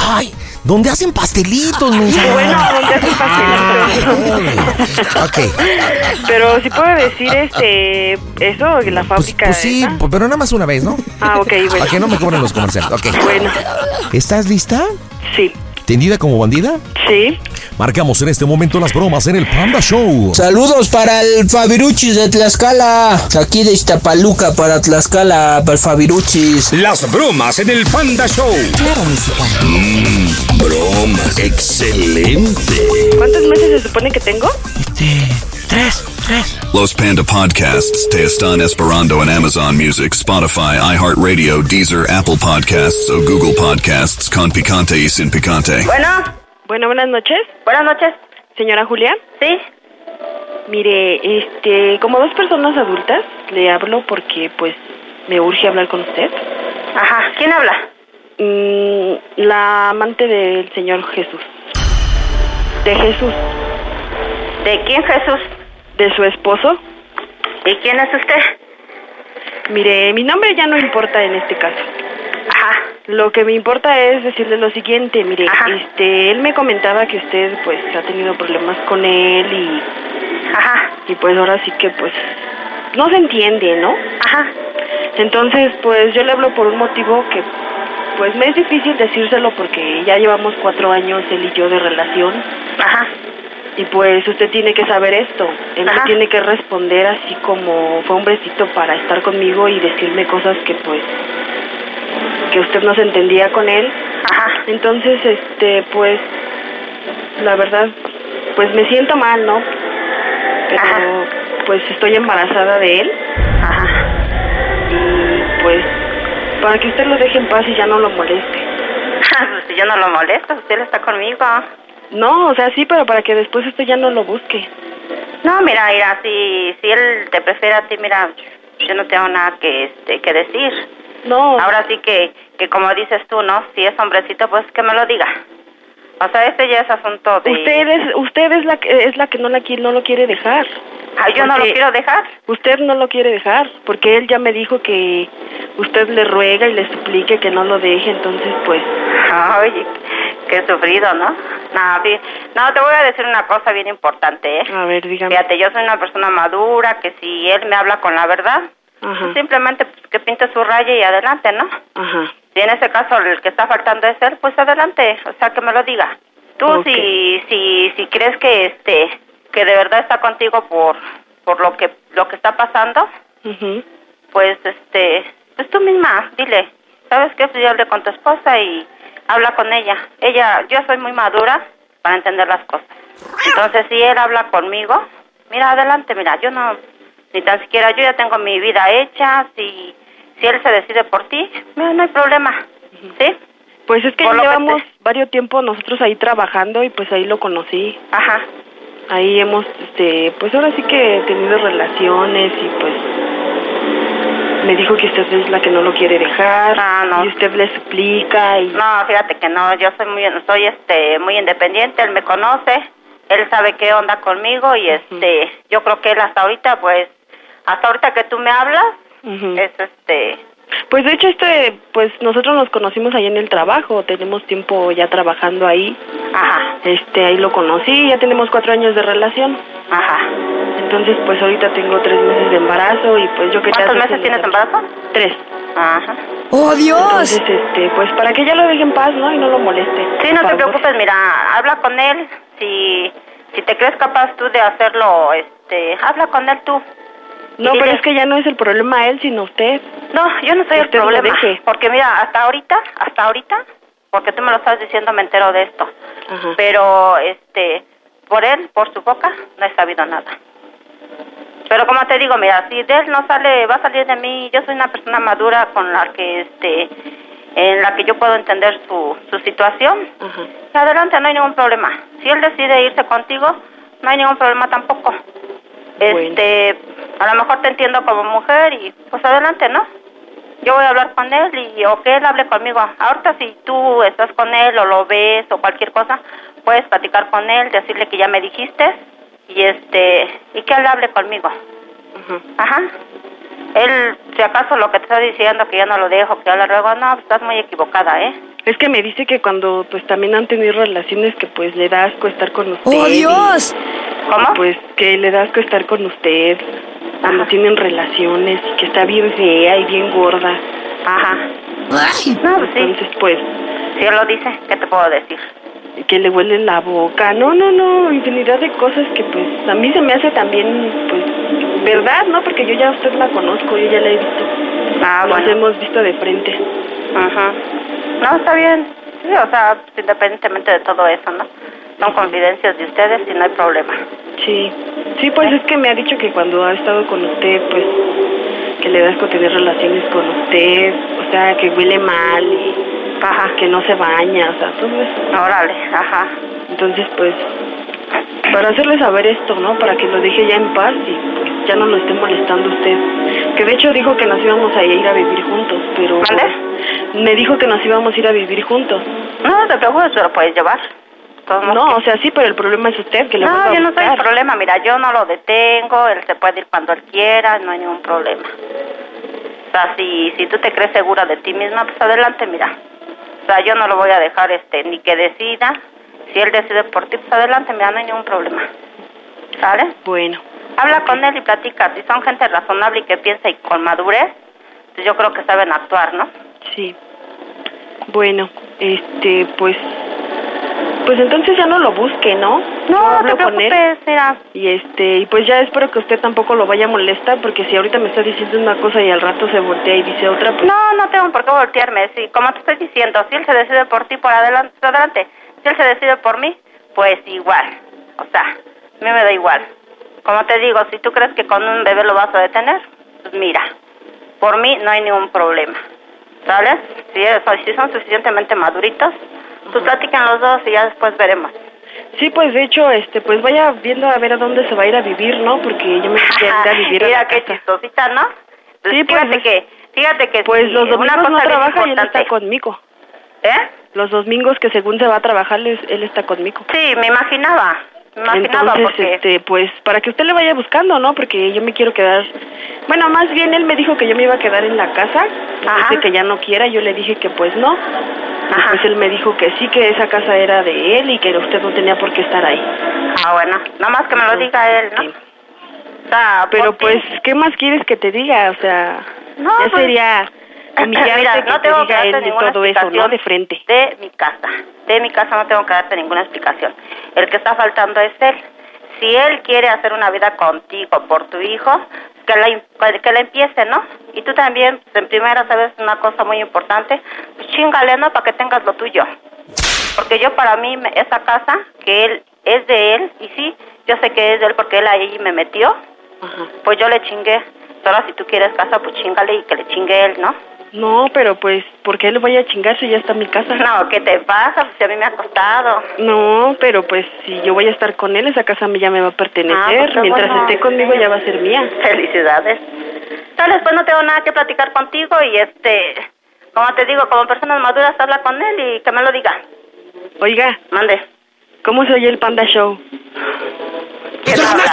Ay, ¿dónde hacen pastelitos, mensaje?
Bueno, ¿dónde hace
ah, Ok,
Pero sí puedo decir este eso, que la fábrica
pues sí,
esa.
pero nada más una vez, ¿no?
Ah, ok, bueno.
Para que no me cobren los comerciales. Ok.
Bueno.
¿Estás lista?
Sí.
¿Tendida como bandida?
Sí.
Marcamos en este momento las bromas en el Panda Show.
Saludos para el Fabiruchis de Tlaxcala. Aquí de Iztapaluca para Tlaxcala, para el Fabiruchis.
Las bromas en el Panda Show. Claro, música.
Mm,
broma. Excelente.
¿Cuántos meses se supone que tengo?
Este, Tres.
Los Panda Podcasts test on Esperanto and Amazon Music, Spotify, iHeartRadio, Deezer, Apple Podcasts, o Google Podcasts, con picante y sin picante.
Bueno, buenas noches. Buenas noches. Señora Julia. Sí. Mire, este, como dos personas adultas, le hablo porque pues me urge hablar con usted. Ajá, ¿quién habla? Mm, la amante del Señor Jesús. De Jesús.
¿De quién Jesús?
De su esposo.
¿Y quién es usted?
Mire, mi nombre ya no importa en este caso. Ajá. Lo que me importa es decirle lo siguiente, mire, este, él me comentaba que usted pues ha tenido problemas con él y Ajá. Y pues ahora sí que pues no se entiende, ¿no? Ajá. Entonces, pues yo le hablo por un motivo que pues me es difícil decírselo porque ya llevamos cuatro años él y yo de relación. Ajá. Y pues usted tiene que saber esto. Él me tiene que responder así como fue hombrecito para estar conmigo y decirme cosas que pues que usted no se entendía con él. Ajá. Entonces, este, pues la verdad, pues me siento mal, ¿no? Pero pues estoy embarazada de él. Y pues para que usted lo deje en paz y ya no lo moleste.
Pues si yo no lo molesto, usted está conmigo.
No, o sea, sí, pero para que después usted ya no lo busque.
No, mira, mira, si, si él te prefiere a ti, mira, yo no tengo nada que, este, que decir.
No.
Ahora sí que, que como dices tú, ¿no? Si es hombrecito, pues que me lo diga. O sea, este ya es asunto de...
Usted es, usted es la que es la que no la qui- no lo quiere dejar.
Ah, yo no lo quiero dejar.
Usted no lo quiere dejar, porque él ya me dijo que usted le ruega y le suplique que no lo deje, entonces pues
Ay, qué sufrido, ¿no? No, vi- no, te voy a decir una cosa bien importante, ¿eh?
a ver, dígame.
Fíjate, yo soy una persona madura, que si él me habla con la verdad,
Ajá.
simplemente pues, que pinte su raya y adelante, ¿no?
Ajá.
Si en ese caso el que está faltando es él, pues adelante, o sea, que me lo diga. Tú
Ok.
si si si crees que este que de verdad está contigo por por lo que lo que está pasando,
Ujú.
pues este, pues tú misma, dile, ¿sabes qué? Pues yo hablé con tu esposa y habla con ella. Ella, yo soy muy madura para entender las cosas. Entonces, si él habla conmigo, mira, adelante, mira, yo no, ni tan siquiera, yo ya tengo mi vida hecha, si, si él se decide por ti, mira, no hay problema, ¿sí?
Pues es que
Por lo que
llevamos varios tiempo nosotros ahí trabajando y pues ahí lo conocí.
Ajá.
Ahí hemos, este, pues ahora sí que he tenido relaciones y pues me dijo que usted es la que no lo quiere dejar y usted le suplica y
Ah, No, fíjate que no, yo soy muy, soy este, muy independiente, él me conoce, él sabe qué onda conmigo y este, yo creo que él hasta ahorita, pues, hasta ahorita que tú me hablas,
Ujú.
es este,
Pues de hecho este, pues nosotros nos conocimos ahí en el trabajo, tenemos tiempo ya trabajando ahí.
Ajá.
Este, ahí lo conocí, ya tenemos cuatro años de relación.
Ajá.
Entonces pues ahorita tengo tres meses de embarazo y pues yo que
¿Cuántos meses tienes embarazo?
Tres.
Ajá.
¡Oh, Dios! Entonces, este, pues para que ya lo deje en paz, ¿no? Y no lo moleste.
Sí, no
por
te
favor.
preocupes, mira, habla con él, si, si te crees capaz tú de hacerlo, este, habla con él tú. y
No, pero
dile-
es que ya no es el problema él, sino usted.
No, yo no soy el
Usted lo
problema.
deje.
Porque mira, hasta ahorita, hasta ahorita, porque tú me lo estás diciendo, me entero de esto. Pero, este, por él, por su boca, no he sabido nada. Pero como te digo, mira, si de él no sale, va a salir de mí. Yo soy una persona madura con la que, este, en la que yo puedo entender su, su situación. Adelante, no hay ningún problema. Si él decide irse contigo, no hay ningún problema tampoco. Este, a lo mejor te entiendo como mujer y pues adelante, ¿no? Yo voy a hablar con él y o que él hable conmigo. Ahorita si tú estás con él o lo ves o cualquier cosa, puedes platicar con él, decirle que ya me dijiste y este y que él hable conmigo. Ajá. Él, si acaso lo que te está diciendo que yo no lo dejo, que yo le ruego, no, pues, estás muy equivocada, ¿eh?
Es que me dice que cuando pues también han tenido relaciones que pues le da asco estar con usted.
¡Oh,
y-
Dios!
y,
¿Cómo?
Pues que le da asco estar con usted cuando tienen relaciones y que está bien fea y bien gorda.
Ajá. No, pues sí.
Entonces pues
Si él lo dice, ¿qué te puedo decir?
que le huele la boca. No, no, no, infinidad de cosas que pues a mí se me hace también pues verdad, ¿no? Porque yo ya a usted la conozco, yo ya la he visto.
Ah,
Nos
bueno.
hemos visto de frente.
Ajá. No, Ah, está bien. Sí, o sea, pues, independientemente de todo eso, ¿no? Son confidencias de ustedes y no hay problema.
Sí, sí, pues es que me ha dicho que cuando ha estado con usted, pues que le das con tener relaciones con usted, o sea, que huele mal y ajá, que no se baña, o sea, todo eso.
Órale, ajá.
Entonces, pues, para hacerle saber esto, ¿no? Para que lo deje ya en paz y pues ya no lo esté molestando usted. Que de hecho dijo que nos íbamos a ir a vivir juntos, pero... Me dijo que nos íbamos a ir a vivir juntos.
No, te preocupes, te lo puedes llevar.
No, o sea, sí, pero el problema es usted que le
no,
va a
yo no soy el
gustar.
problema. Mira, yo no lo detengo. Él se puede ir cuando él quiera. No hay ningún problema. O sea, si, si tú te crees segura de ti misma, pues adelante, mira. O sea, yo no lo voy a dejar este ni que decida. Si él decide por ti, pues adelante, mira, no hay ningún problema. ¿Sale?
Bueno.
Habla con él y platica. Si son gente razonable y que piensa y con madurez, pues yo creo que saben actuar, ¿no?
Sí. Bueno, este, pues... Pues entonces ya no lo busque, ¿no? Yo
No,
hablo
te
con él.
preocupes, mira.
Y este, y pues ya espero que usted tampoco lo vaya a molestar, porque si ahorita me está diciendo una cosa y al rato se voltea y dice otra, pues...
No, no tengo por qué voltearme. Sí, como te estoy diciendo, si él se decide por ti, por adelante, por adelante. Si él se decide por mí, pues igual. O sea, a mí me da igual. Como te digo, si tú crees que con un bebé lo vas a detener, pues mira, por mí no hay ningún problema. ¿Sabes? Si, es- si son suficientemente maduritos, pues platican los dos y ya después veremos.
Sí, pues de hecho, este, pues vaya viendo a ver a dónde se va a ir a vivir, ¿no? Porque yo me quisiera ir a vivir a
Mira
la
qué
casa.
chistosita, ¿no? Pues
Sí, pues,
fíjate que, fíjate que
Pues
sí,
los domingos
una cosa
no
bien
trabaja y él
importante.
está conmigo.
¿Eh?
Los domingos que según se va a trabajar, les- él está conmigo.
Sí, me imaginaba. Me imaginaba
Entonces,
porque...
este, pues para que usted le vaya buscando, ¿no? Porque yo me quiero quedar. Bueno, más bien él me dijo que yo me iba a quedar en la casa. Me
Ajá.
Dice que ya no quiera. Yo le dije que pues no. Y
Ajá.
Pues él me dijo que sí, que esa casa era de él y que usted no tenía por qué estar ahí.
Ah, bueno, nada más que me lo diga él, ¿no? O sea,
Pero
por ti.
pues, ¿qué más quieres que te diga? O sea,
No,
ya
pues,
sería humillarte
Mira,
que
no
te
tengo que
diga
darte
él de
ninguna
todo eso, ¿no?
explicación.
De frente.
de mi casa. De mi casa no tengo que darte ninguna explicación. El que está faltando es él. Si él quiere hacer una vida contigo por tu hijo, que la, im- que la empiece, ¿no? Y tú también, pues, en primera, sabes una cosa muy importante, pues chingale, ¿no? Para que tengas lo tuyo. Porque yo para mí, me- esa casa, que él es de él, y sí, yo sé que es de él porque él ahí me metió, pues yo le chingué. Pero ahora si tú quieres casa, pues chingale y que le chingue él, ¿no?
No, pero pues, ¿por qué le voy a chingar si ya está en mi casa?
No, ¿qué te pasa? Pues si a mí me ha costado.
No, pero pues si yo voy a estar con él, esa casa me- ya me va a
Ah,
pertenecer.
pues, qué
Mientras
bueno.
esté conmigo ya va a ser mía.
Felicidades. Tal después no tengo nada que platicar contigo y este, como te digo, como personas maduras habla con él y que me lo diga.
Oiga.
Mande.
¿Cómo se oye el Panda Show?
¡Es una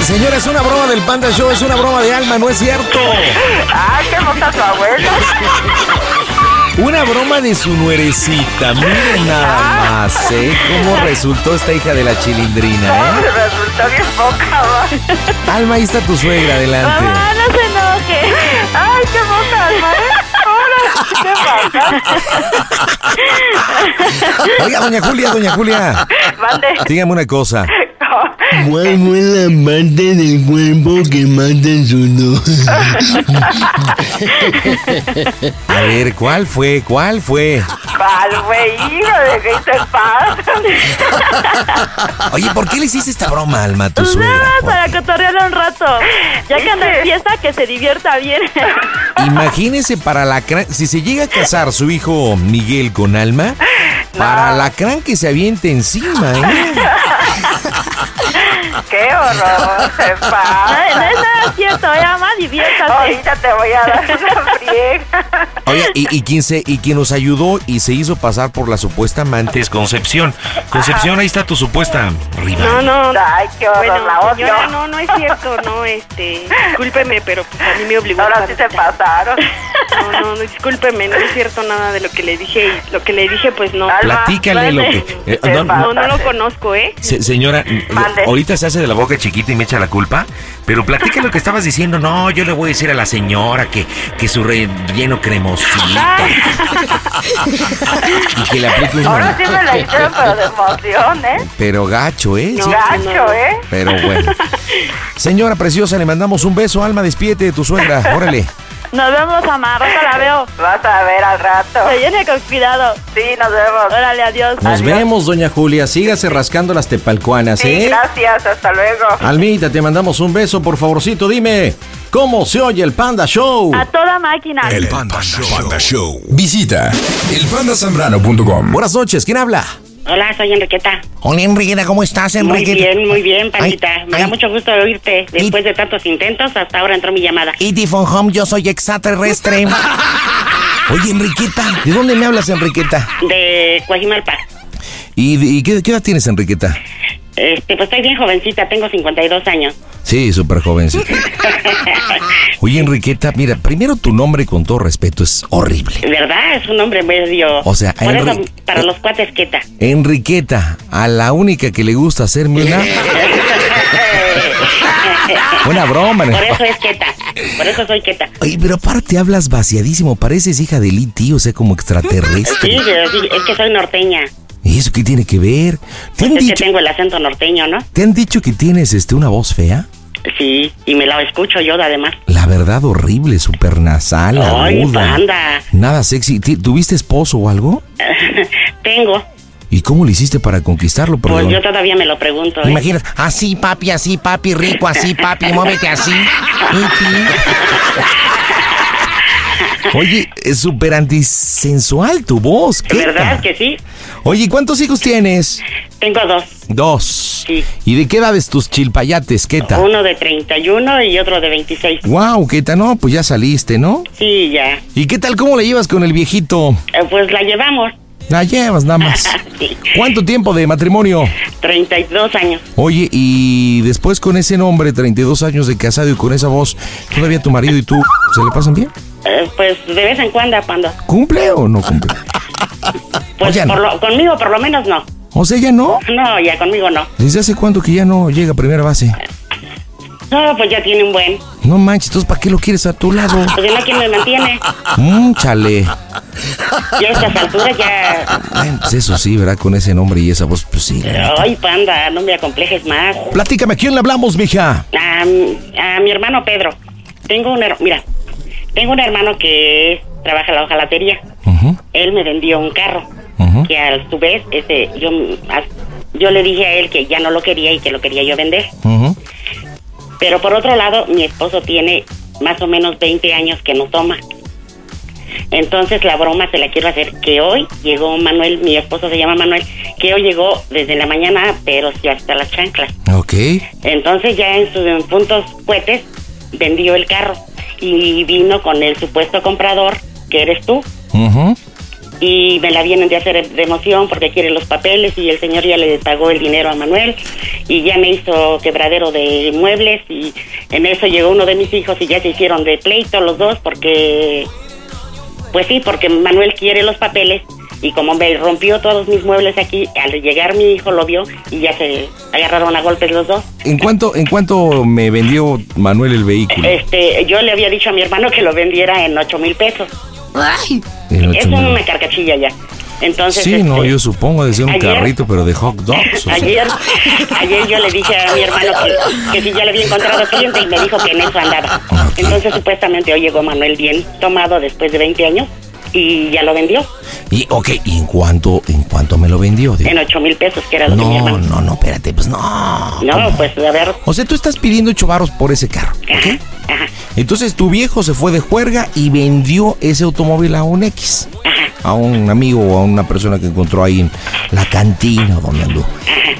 Señora, es una broma del Panda Show, es una broma de alma, no es cierto.
¡Ah, qué hermosa tu abuela!
Una broma de su nuerecita, miren nada más, ¿eh? ¿Cómo resultó esta hija de la chilindrina, eh?
Resultó bien poca, va.
Alma, ahí está tu suegra, adelante.
¡Ah, no se enoje! ¡Ay, qué poca, madre! ¡Ahora! ¡Qué bacán!
Oiga, doña Julia, doña Julia.
Mande.
Dígame una cosa.
¿Cuál fue la parte del cuerpo que mata el sudor?
A ver, ¿cuál fue? ¿Cuál fue?
¡Cuál, güey! hijo de qué te
Pues
pasa!
Oye, ¿por qué le hiciste esta broma, Alma, a tu suegra?
Nada, para cotorrearlo un rato. Ya que anda en fiesta, que se divierta bien.
Imagínese para la cran- si se llega a casar su hijo Miguel con Alma, para la cran que se aviente encima, ¿eh?
¡Qué horror! ¡Se pasa!
No es nada cierto, eh, mamá, diviértase.
Ahorita te voy a dar una friega.
Oye, y, y quien se, y quien nos ayudó y se hizo pasar por la supuesta amante es Concepción. Concepción, ahí está tu supuesta rival.
No, no.
Ay, qué horror,
bueno,
la odio.
señora, no, no es cierto, no, este, discúlpeme, pero pues a mí me obligó.
Ahora sí se pasaron.
No, no, discúlpeme, no es cierto nada de lo que le dije y lo que le dije, pues no.
Platícale lo que- eh,
no,
no,
no,
no.
lo conozco, ¿eh?
Se- señora,
Mande.
ahorita se hace de la boca chiquita y me echa la culpa, pero platica lo que estabas diciendo. No, yo le voy a decir a la señora que, que su relleno cremosito y que le aplique un...
Ahora sí me la hicieron, pero de emoción, ¿eh?
Pero gacho, ¿eh? Sí.
Gacho, ¿eh?
Pero bueno. Señora preciosa, le mandamos un beso. Alma, despídete de tu suegra. Órale.
Nos vemos, mamá. Al rato la veo.
Vas a ver al rato.
Se viene con cuidado.
Sí, nos vemos.
Órale, adiós.
Nos vemos, doña Julia. Sígase rascando las tepalcuanas,
Sí,
¿eh?
gracias, hasta luego.
Almita, te mandamos un beso, por favorcito. Dime, ¿cómo se oye el Panda Show?
A toda máquina.
El Panda Show. Panda Show. Visita elpandasambrano.com.
Buenas noches, ¿quién habla?
Hola, soy Enriqueta.
Hola, Enriqueta, ¿cómo estás,
Muy
Enriqueta?
bien, muy bien, Pancita. Me da
ay.
mucho gusto oírte. Después de tantos intentos, hasta ahora entró mi llamada.
Iti from home, yo soy extraterrestre. Oye, Enriqueta, ¿de dónde me hablas, Enriqueta?
De Coajimalpa.
¿Y, de- y qué, qué edad tienes, Enriqueta?
Este, pues estoy bien jovencita, tengo 52 años.
Sí, súper jovencita. Oye, Enriqueta, mira, primero tu nombre, con todo respeto, es horrible.
¿Verdad? Es un hombre medio...
O sea,
Por eso,
Enri-
para los cuates, queta.
Enriqueta, a la única que le gusta hacerme una... Una broma, ¿no?
Por eso es queta. Por eso soy queta.
Oye, pero aparte hablas vaciadísimo, pareces hija del Iti, o sea, como
Sí,
extraterrestre.
sí, es que soy norteña.
¿Y eso qué tiene que ver? ¿Te han,
Pues Es que
dicho,
tengo el acento norteño, ¿no?
te han dicho que tienes este, una voz fea?
Sí, y me la escucho yo, además.
La verdad, horrible, súper nasal,
Ay,
aguda.
panda.
Nada sexy. Ti- ¿Tuviste esposo o algo?
tengo.
¿Y cómo le hiciste para conquistarlo?
Pues
Perdón.
yo todavía me lo pregunto. ¿eh?
Imagínate, así papi, así papi, rico, así papi, muévete así.
Oye, es súper antisensual tu voz, ¿qué?
¿Verdad que sí?
Oye, ¿cuántos hijos tienes?
Tengo dos.
Dos.
Sí.
¿Y de qué edades tus chilpayates, Keta?
Uno de 31 y otro de 26.
Wow, Keta, no, pues ya saliste, ¿no?
Sí, ya.
¿Y qué tal, cómo le llevas con el viejito?
Eh, Pues la llevamos.
La llevas nada más. ¿Cuánto tiempo de matrimonio?
32 años.
Oye, y después con ese nombre, 32 años de casado y con esa voz, ¿todavía tu marido y tú se le pasan bien?
Eh, Pues de vez en cuando, cuando.
¿Cumple o no cumple?
Pues por lo- conmigo por lo menos no.
O sea, ya no.
No, ya conmigo no.
¿Desde hace cuánto que ya no llega a primera base?
No, pues ya tiene un buen.
No manches, entonces ¿para qué lo quieres a tu lado?
Pues no quien me mantiene.
Mm, chale.
Ya a estas alturas ya...
Bueno, pues eso sí, ¿verdad? Con ese nombre y esa voz, pues sí.
Ay, panda, no me acomplejes más.
Platícame, ¿a quién le hablamos, mija?
A, mi- a mi hermano Pedro. Tengo un hermano... Mira, tengo un hermano que trabaja en la hojalatería. Él me vendió un carro. Que a su vez, ese, yo, a- yo le dije a él que ya no lo quería y que lo quería yo vender. Pero por otro lado, mi esposo tiene más o menos 20 años que no toma. Entonces la broma se la quiero hacer que hoy llegó Manuel, mi esposo se llama Manuel, que hoy llegó desde la mañana, pero sí hasta las chanclas.
Ok.
Entonces ya en sus en puntos cohetes vendió el carro y vino con el supuesto comprador, que eres tú, y me la vienen de hacer de emoción porque quiere los papeles y el señor ya le pagó el dinero a Manuel y ya me hizo quebradero de muebles y en eso llegó uno de mis hijos y ya se hicieron de pleito los dos porque pues sí, porque Manuel quiere los papeles y como me rompió todos mis muebles aquí, al llegar mi hijo lo vio y ya se agarraron a golpes los dos.
¿En cuánto, ¿En cuánto me vendió Manuel el vehículo?
Este, yo le había dicho a mi hermano que lo vendiera en ocho mil pesos.
En ocho
Es
mil.
una carcachilla ya. Entonces,
sí, no,
este,
yo supongo de ser un
ayer-
carrito, pero de hot dogs. o sea.
Ayer, ayer yo le dije a mi hermano que, que si ya le había encontrado cliente y me dijo que en eso andaba.
Ah,
Entonces supuestamente hoy llegó Manuel bien tomado después de 20 años y ya lo vendió
Y, ok, ¿y en cuánto, en cuánto me lo vendió? Digo,
en 8 mil pesos, que era lo que mi
No,
hermano.
no, no, espérate, pues no.
No, pues a ver,
O sea, tú estás pidiendo ocho varos por ese carro, ¿ok?
Entonces tu viejo se fue de juerga y vendió ese automóvil a un X. A un amigo o a una persona que encontró ahí en la cantina o donde andó.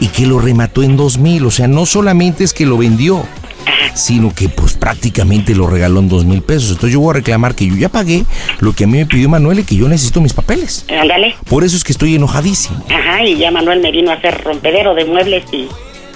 Y que lo remató en 2000. O sea, no solamente es que lo vendió, sino que pues prácticamente lo regaló en dos mil pesos. Entonces yo voy a reclamar que yo ya pagué lo que a mí me pidió Manuel y que yo necesito mis papeles.
ándale.
Por eso es que estoy enojadísimo.
Ajá, y ya Manuel me vino a hacer rompedero de muebles y,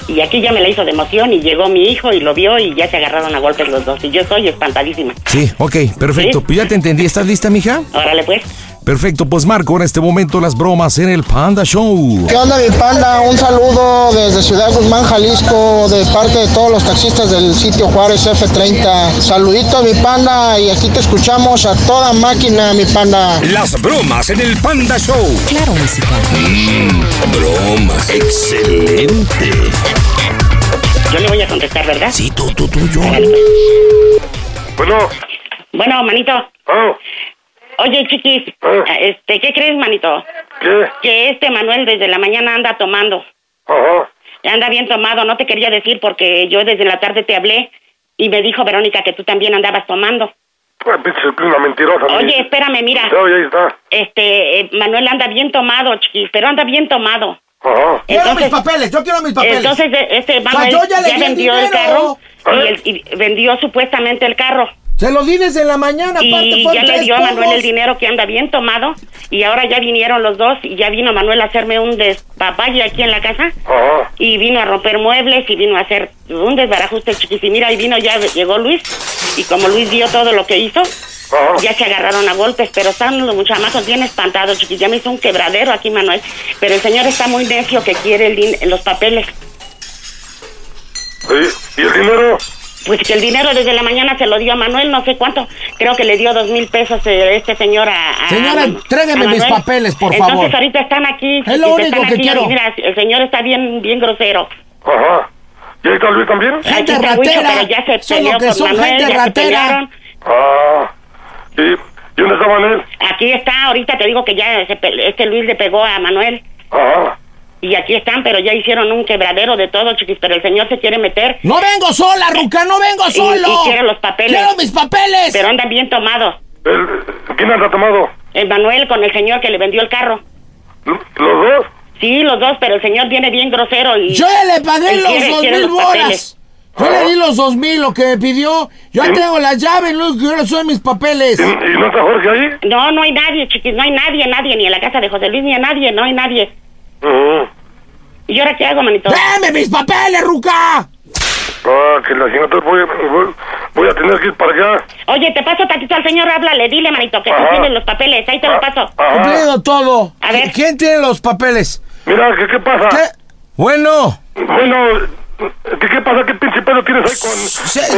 y aquí ya me la hizo de emoción y llegó mi hijo y lo vio y ya se agarraron a golpes los dos. Y yo soy espantadísima.
Sí, ok, perfecto.
Sí.
Pues ya te entendí. ¿Estás lista, mija?
Órale pues.
Perfecto, pues marco en este momento las bromas en el Panda Show.
¿Qué onda mi panda? Un saludo desde Ciudad Guzmán, Jalisco, de parte de todos los taxistas del sitio Juárez F30. Saludito mi panda y aquí te escuchamos a toda máquina mi panda.
Las bromas en el Panda Show. Claro, música. Mm, bromas. Excelente.
Yo le voy a contestar, ¿verdad? Sí, tú, tú, tú, yo.
Bueno. Oh.
Bueno, manito. Oye, chiquis. ah, Este, ¿qué crees, manito?
¿Qué?
Que este Manuel desde la mañana anda tomando.
Ajá.
Anda bien tomado. No te quería decir porque yo desde la tarde te hablé y me dijo Verónica que tú también andabas tomando.
Ah, pinche prima mentirosa.
Oye, espérame, mira.
Oye, ahí está.
Este, eh, Manuel anda bien tomado, chiquis, pero anda bien tomado.
Ajá.
Quiero mis
papeles, yo quiero mis
papeles. Entonces, eh, este Manuel
yo ya le di el
vendió el
dinero. ¿Eh?
carro y, el- y vendió supuestamente el carro.
Se lo di desde la mañana, aparte
Y
fueron
ya le
tres
dio a Manuel
pomos.
el dinero que anda bien tomado y ahora ya vinieron los dos y ya vino Manuel a hacerme un despapalle aquí en la casa
Ajá.
y vino a romper muebles y vino a hacer un desbarajuste chiquis y mira, y vino ya, llegó Luis y como Luis dio todo lo que hizo, ya se agarraron a golpes, pero están los chamacos bien espantados chiquis, ya me hizo un quebradero aquí Manuel, pero el señor está muy necio que quiere el din- los papeles.
¿Y, y el dinero?
Pues que el dinero desde la mañana se lo dio a Manuel, no sé cuánto, creo que le dio dos mil pesos eh, este señor a... a-
Señora,
a-
entrégame
a
mis
Manuel.
papeles, por favor.
Entonces ahorita están aquí.
Es lo
chiquis,
único
están
que
aquí,
quiero.
y Mira, el señor está bien, bien grosero.
Ajá. ¿Y ahí está Luis también?
Gente Aquí está Huicho, ratera. pero ya se Son lo peleó que con son, Manuel, gente ya se ratera. pelearon.
Ah. ¿Y, y dónde está Manuel?
Aquí está, ahorita te digo que ya se pe- este Luis le pegó a Manuel.
Ajá.
Y aquí están, pero ya hicieron un quebradero de todo, chiquis, pero el señor se quiere meter.
No vengo sola, Ruca, no vengo
Y-
solo.
Y, quiero los papeles.
Quiero mis papeles.
Pero andan bien tomados.
El- ¿Quién anda tomado?
El Manuel con el señor que le vendió el carro.
¿Los dos?
Sí, los dos, pero el señor viene bien grosero y...
Yo ya le pagué
y
los
quiere-
dos
quiere
mil
los
bolas.
papeles.
Yo le di los dos mil, lo que me pidió. Yo ya
¿Y-
tengo las llaves, no quiero son mis papeles.
no está Jorge ahí?
No, no hay nadie, chiquis, no hay nadie, nadie, ni en la casa de José Luis, ni a nadie, no hay nadie. ¿Y ahora qué hago, manito?
¡Dame mis papeles, Ruca!
Ah, que la chingada voy, voy, voy a tener que ir para allá.
Oye, te paso tantito al señor, háblale, dile, manito, que tú
Ajá. Ah,
tienes los papeles, ahí te los paso.
Cumplido todo. A ver. ¿Quién tiene los papeles?
Mira, ¿qué, qué pasa?
Bueno.
Bueno, ¿qué, qué pasa? ¿Qué pinche pedo tienes ahí con,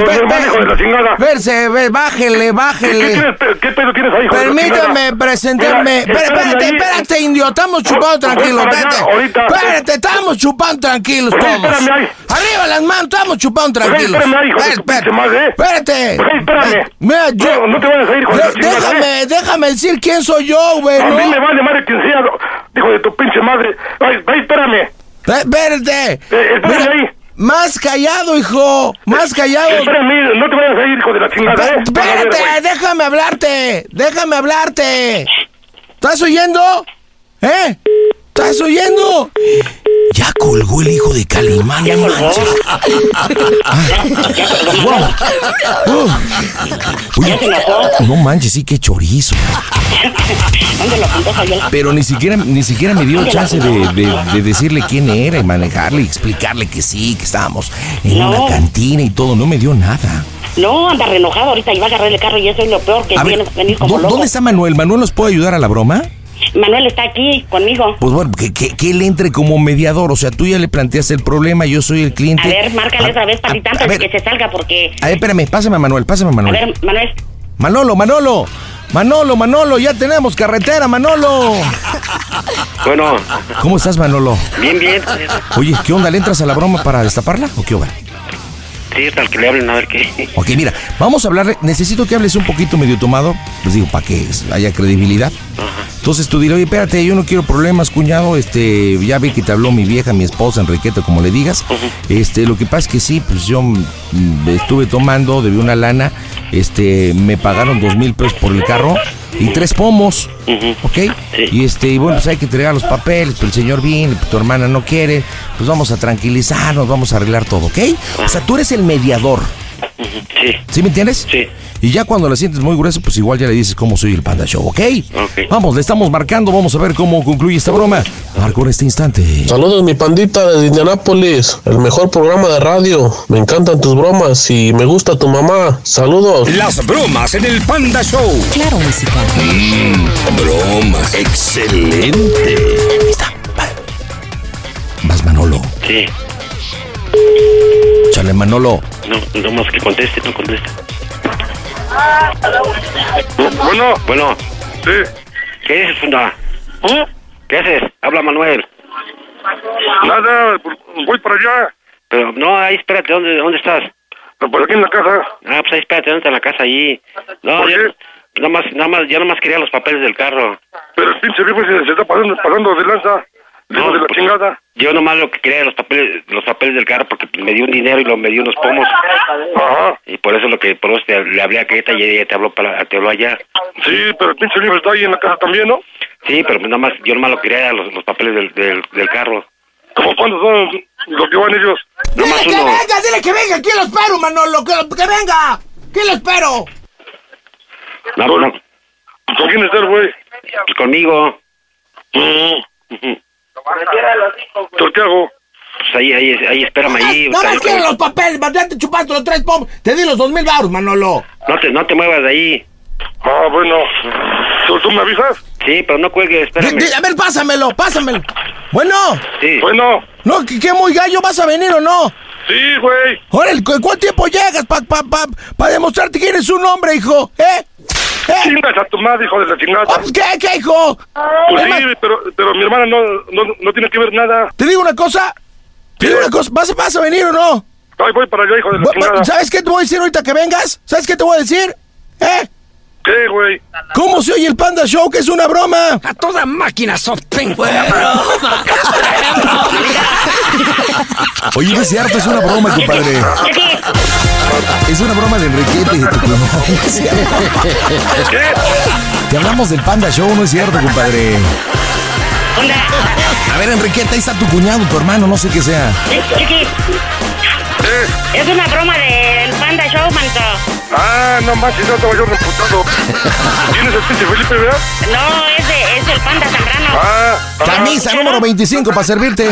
con
ve-
el
ve-
manejo de la chingada?
Verse, ve- bájele, bájele.
¿Qué, tienes- qué pedo tienes ahí, hijo de la
Permítame
chingada?
presentarme.
Mira,
Espera, espérate,
espérame ahí.
espérate, indio. Estamos chupando
Voy- voy
tranquilos.
para allá,
Espérate.
ahorita.
Espérate, estamos chupando tranquilos
Oye,
todos.
espérame ahí.
Arriba las manos, estamos chupando
Oye,
tranquilos.
espérame ahí, hijo de tu pinche madre, ¿eh?
Espérate.
Oye, espérame.
Mira, yo.
No, no te vayas a ir, hijo de la chingada,
Déjame,
¿eh?
déjame decir quién soy yo, güey.
A
¿no?
mí me vale madre quien sea, lo- hijo de tu pinche madre. Ay, ay, espérame. Eh,
Eh, Espérate.
espérame ahí. Eh,
Más callado, hijo. Más callado.
Espérame, no te vayas a ir, hijo de la chingada, ¿eh?
Espérate, déjame hablarte. Déjame hablarte. ¿Estás oyendo? ¿Eh? ¿Estás oyendo? Ya colgó el hijo de Calimán. no manches. Ah. Wow. Uh. Uy, no manches, sí, qué chorizo.
¿Dónde lo apuntó, Javier?
Pero ni siquiera, ni siquiera me dio chance de, de- de decirle quién era y manejarle y explicarle que sí, que estábamos en
No.
una cantina y todo. No me dio nada.
No, anda renojado ahorita y va a agarrar el carro y eso es lo peor que
A ver,
tienes venir como
¿dó-
loco.
¿dónde está Manuel? ¿Manuel nos puede ayudar a la broma?
Manuel está aquí conmigo.
Pues bueno, que, que- que él entre como mediador. O sea, tú ya le planteaste el problema, yo soy el
A
cliente.
ver, márcale otra vez, Patito, antes de que se salga, porque...
A ver, espérame, pásame a Manuel, pásame a
A
Manuel.
ver, Manuel,
Manolo, Manolo. Manolo, Manolo, ya tenemos carretera, Manolo.
Bueno,
¿Cómo estás, Manolo?
bien, bien. pues.
Oye, ¿qué onda? ¿Le entras a la broma para destaparla o qué onda?
Sí, tal que le hablen a ver qué.
Ok, mira, vamos a hablar. Necesito que hables un poquito medio tomado. Les digo, para que haya credibilidad. Entonces tú dirás, oye, espérate, yo no quiero problemas, cuñado. Este, ya vi que te habló mi vieja, mi esposa, Enriqueta, como le digas. Este, lo que pasa es que sí, pues yo mm, estuve tomando, debí una lana. Este, me pagaron dos mil pesos por el carro y tres pomos. ¿Ok? Y este, y bueno, pues hay que entregar los papeles, pero el señor viene, pues, tu hermana no quiere, pues vamos a tranquilizarnos, vamos a arreglar todo, ¿ok? O sea, tú eres el mediador.
Sí.
¿Sí me entiendes? Sí. Y ya cuando la sientes muy grueso, pues igual ya le dices cómo soy el Panda Show, ¿ok?
Ok.
Vamos, le estamos marcando, vamos a ver cómo concluye esta broma. Marco en este instante.
Saludos mi pandita desde Indianápolis, el mejor programa de radio. Me encantan tus bromas y me gusta tu mamá. Saludos.
Las bromas en el Panda Show. Claro, música. bromas. Excelente.
Más Manolo.
Sí.
Chale, Manolo.
No, no más que conteste, no conteste. Bueno. Bueno. Sí. ¿Qué dices, Funda?
¿Mm?
¿Qué haces? Habla Manuel.
Nada, voy para allá.
Pero no, ahí espérate, ¿dónde, dónde estás?
No, por aquí en la casa.
Ah, pues ahí espérate, ¿dónde está la casa ahí? No, yo, nada más, nada más, yo nada más quería los papeles del carro.
Pero el pinche viejo se, se está pasando, pasando de lanza.
No, de la chingada. Yo nomás lo que quería era los papeles, los papeles del carro porque me dio un dinero y lo, me dio unos pomos.
Ajá.
Y por eso lo que por eso te- le hablé a Creta y ella te habló para te habló allá.
Sí, pero el pinche libro está ahí en la casa también, ¿no?
Sí, pero nada más yo nomás lo quería era los, los papeles del, del, del carro.
¿Cómo cuántos son los que van ellos?
Nomás
¡Que
uno.
venga! ¡Dile que venga! ¡Aquí lo espero, Manolo! ¡Que, que venga! ¡Aquí lo espero!
No, no.
¿Con quién está el güey?
Pues conmigo.
¿Tú qué hago?
Pues ahí, ahí, ahí, espérame ahí.
Nada más quiero los papeles, mandate chupando los tres pom. Te di los dos mil baros, Manolo.
No te, no te muevas de ahí.
Ah, bueno. ¿Tú, me avisas?
Sí, pero no cuelgues, espérame.
Di- A ver, pásamelo, pásamelo. Bueno.
Sí.
Bueno.
No, que, que muy gallo, ¿vas a venir o no?
Sí, güey.
Órale, ¿cu- ¿cuánto tiempo llegas para pa, pa, pa demostrarte que eres un hombre, hijo? ¿Eh?
Chingas a tu madre, hijo de la chingada.
Ah, ¿Qué, qué, hijo?
Pues
Es más,
sí, pero, pero mi hermana no, no, no tiene que ver nada.
Te digo una cosa. Te digo una cosa. ¿Vas, vas a venir o no?
Ay, voy para allá, hijo de la
Bu- bu-
chingada.
¿Sabes qué te voy a decir ahorita que vengas? ¿Sabes qué te voy a decir? ¿Eh?
¿Qué, güey?
¿Cómo se oye el Panda Show? Que es una broma.
A toda máquina software.
Oye, no es cierto, es una broma, compadre. Es una broma de Enriquete y de tu cuñado. no es cierto. Te hablamos del Panda Show, no es cierto, compadre. A ver, Enriqueta, ahí está tu cuñado, tu hermano, no sé qué sea.
Es una broma del Panda Show, manito.
Ah, no manches, ya estaba yo reputado. ¿Quién es el
este,
pinche Felipe, verdad?
No, es, de- es el Panda Zambrano.
Camisa número 25 para servirte.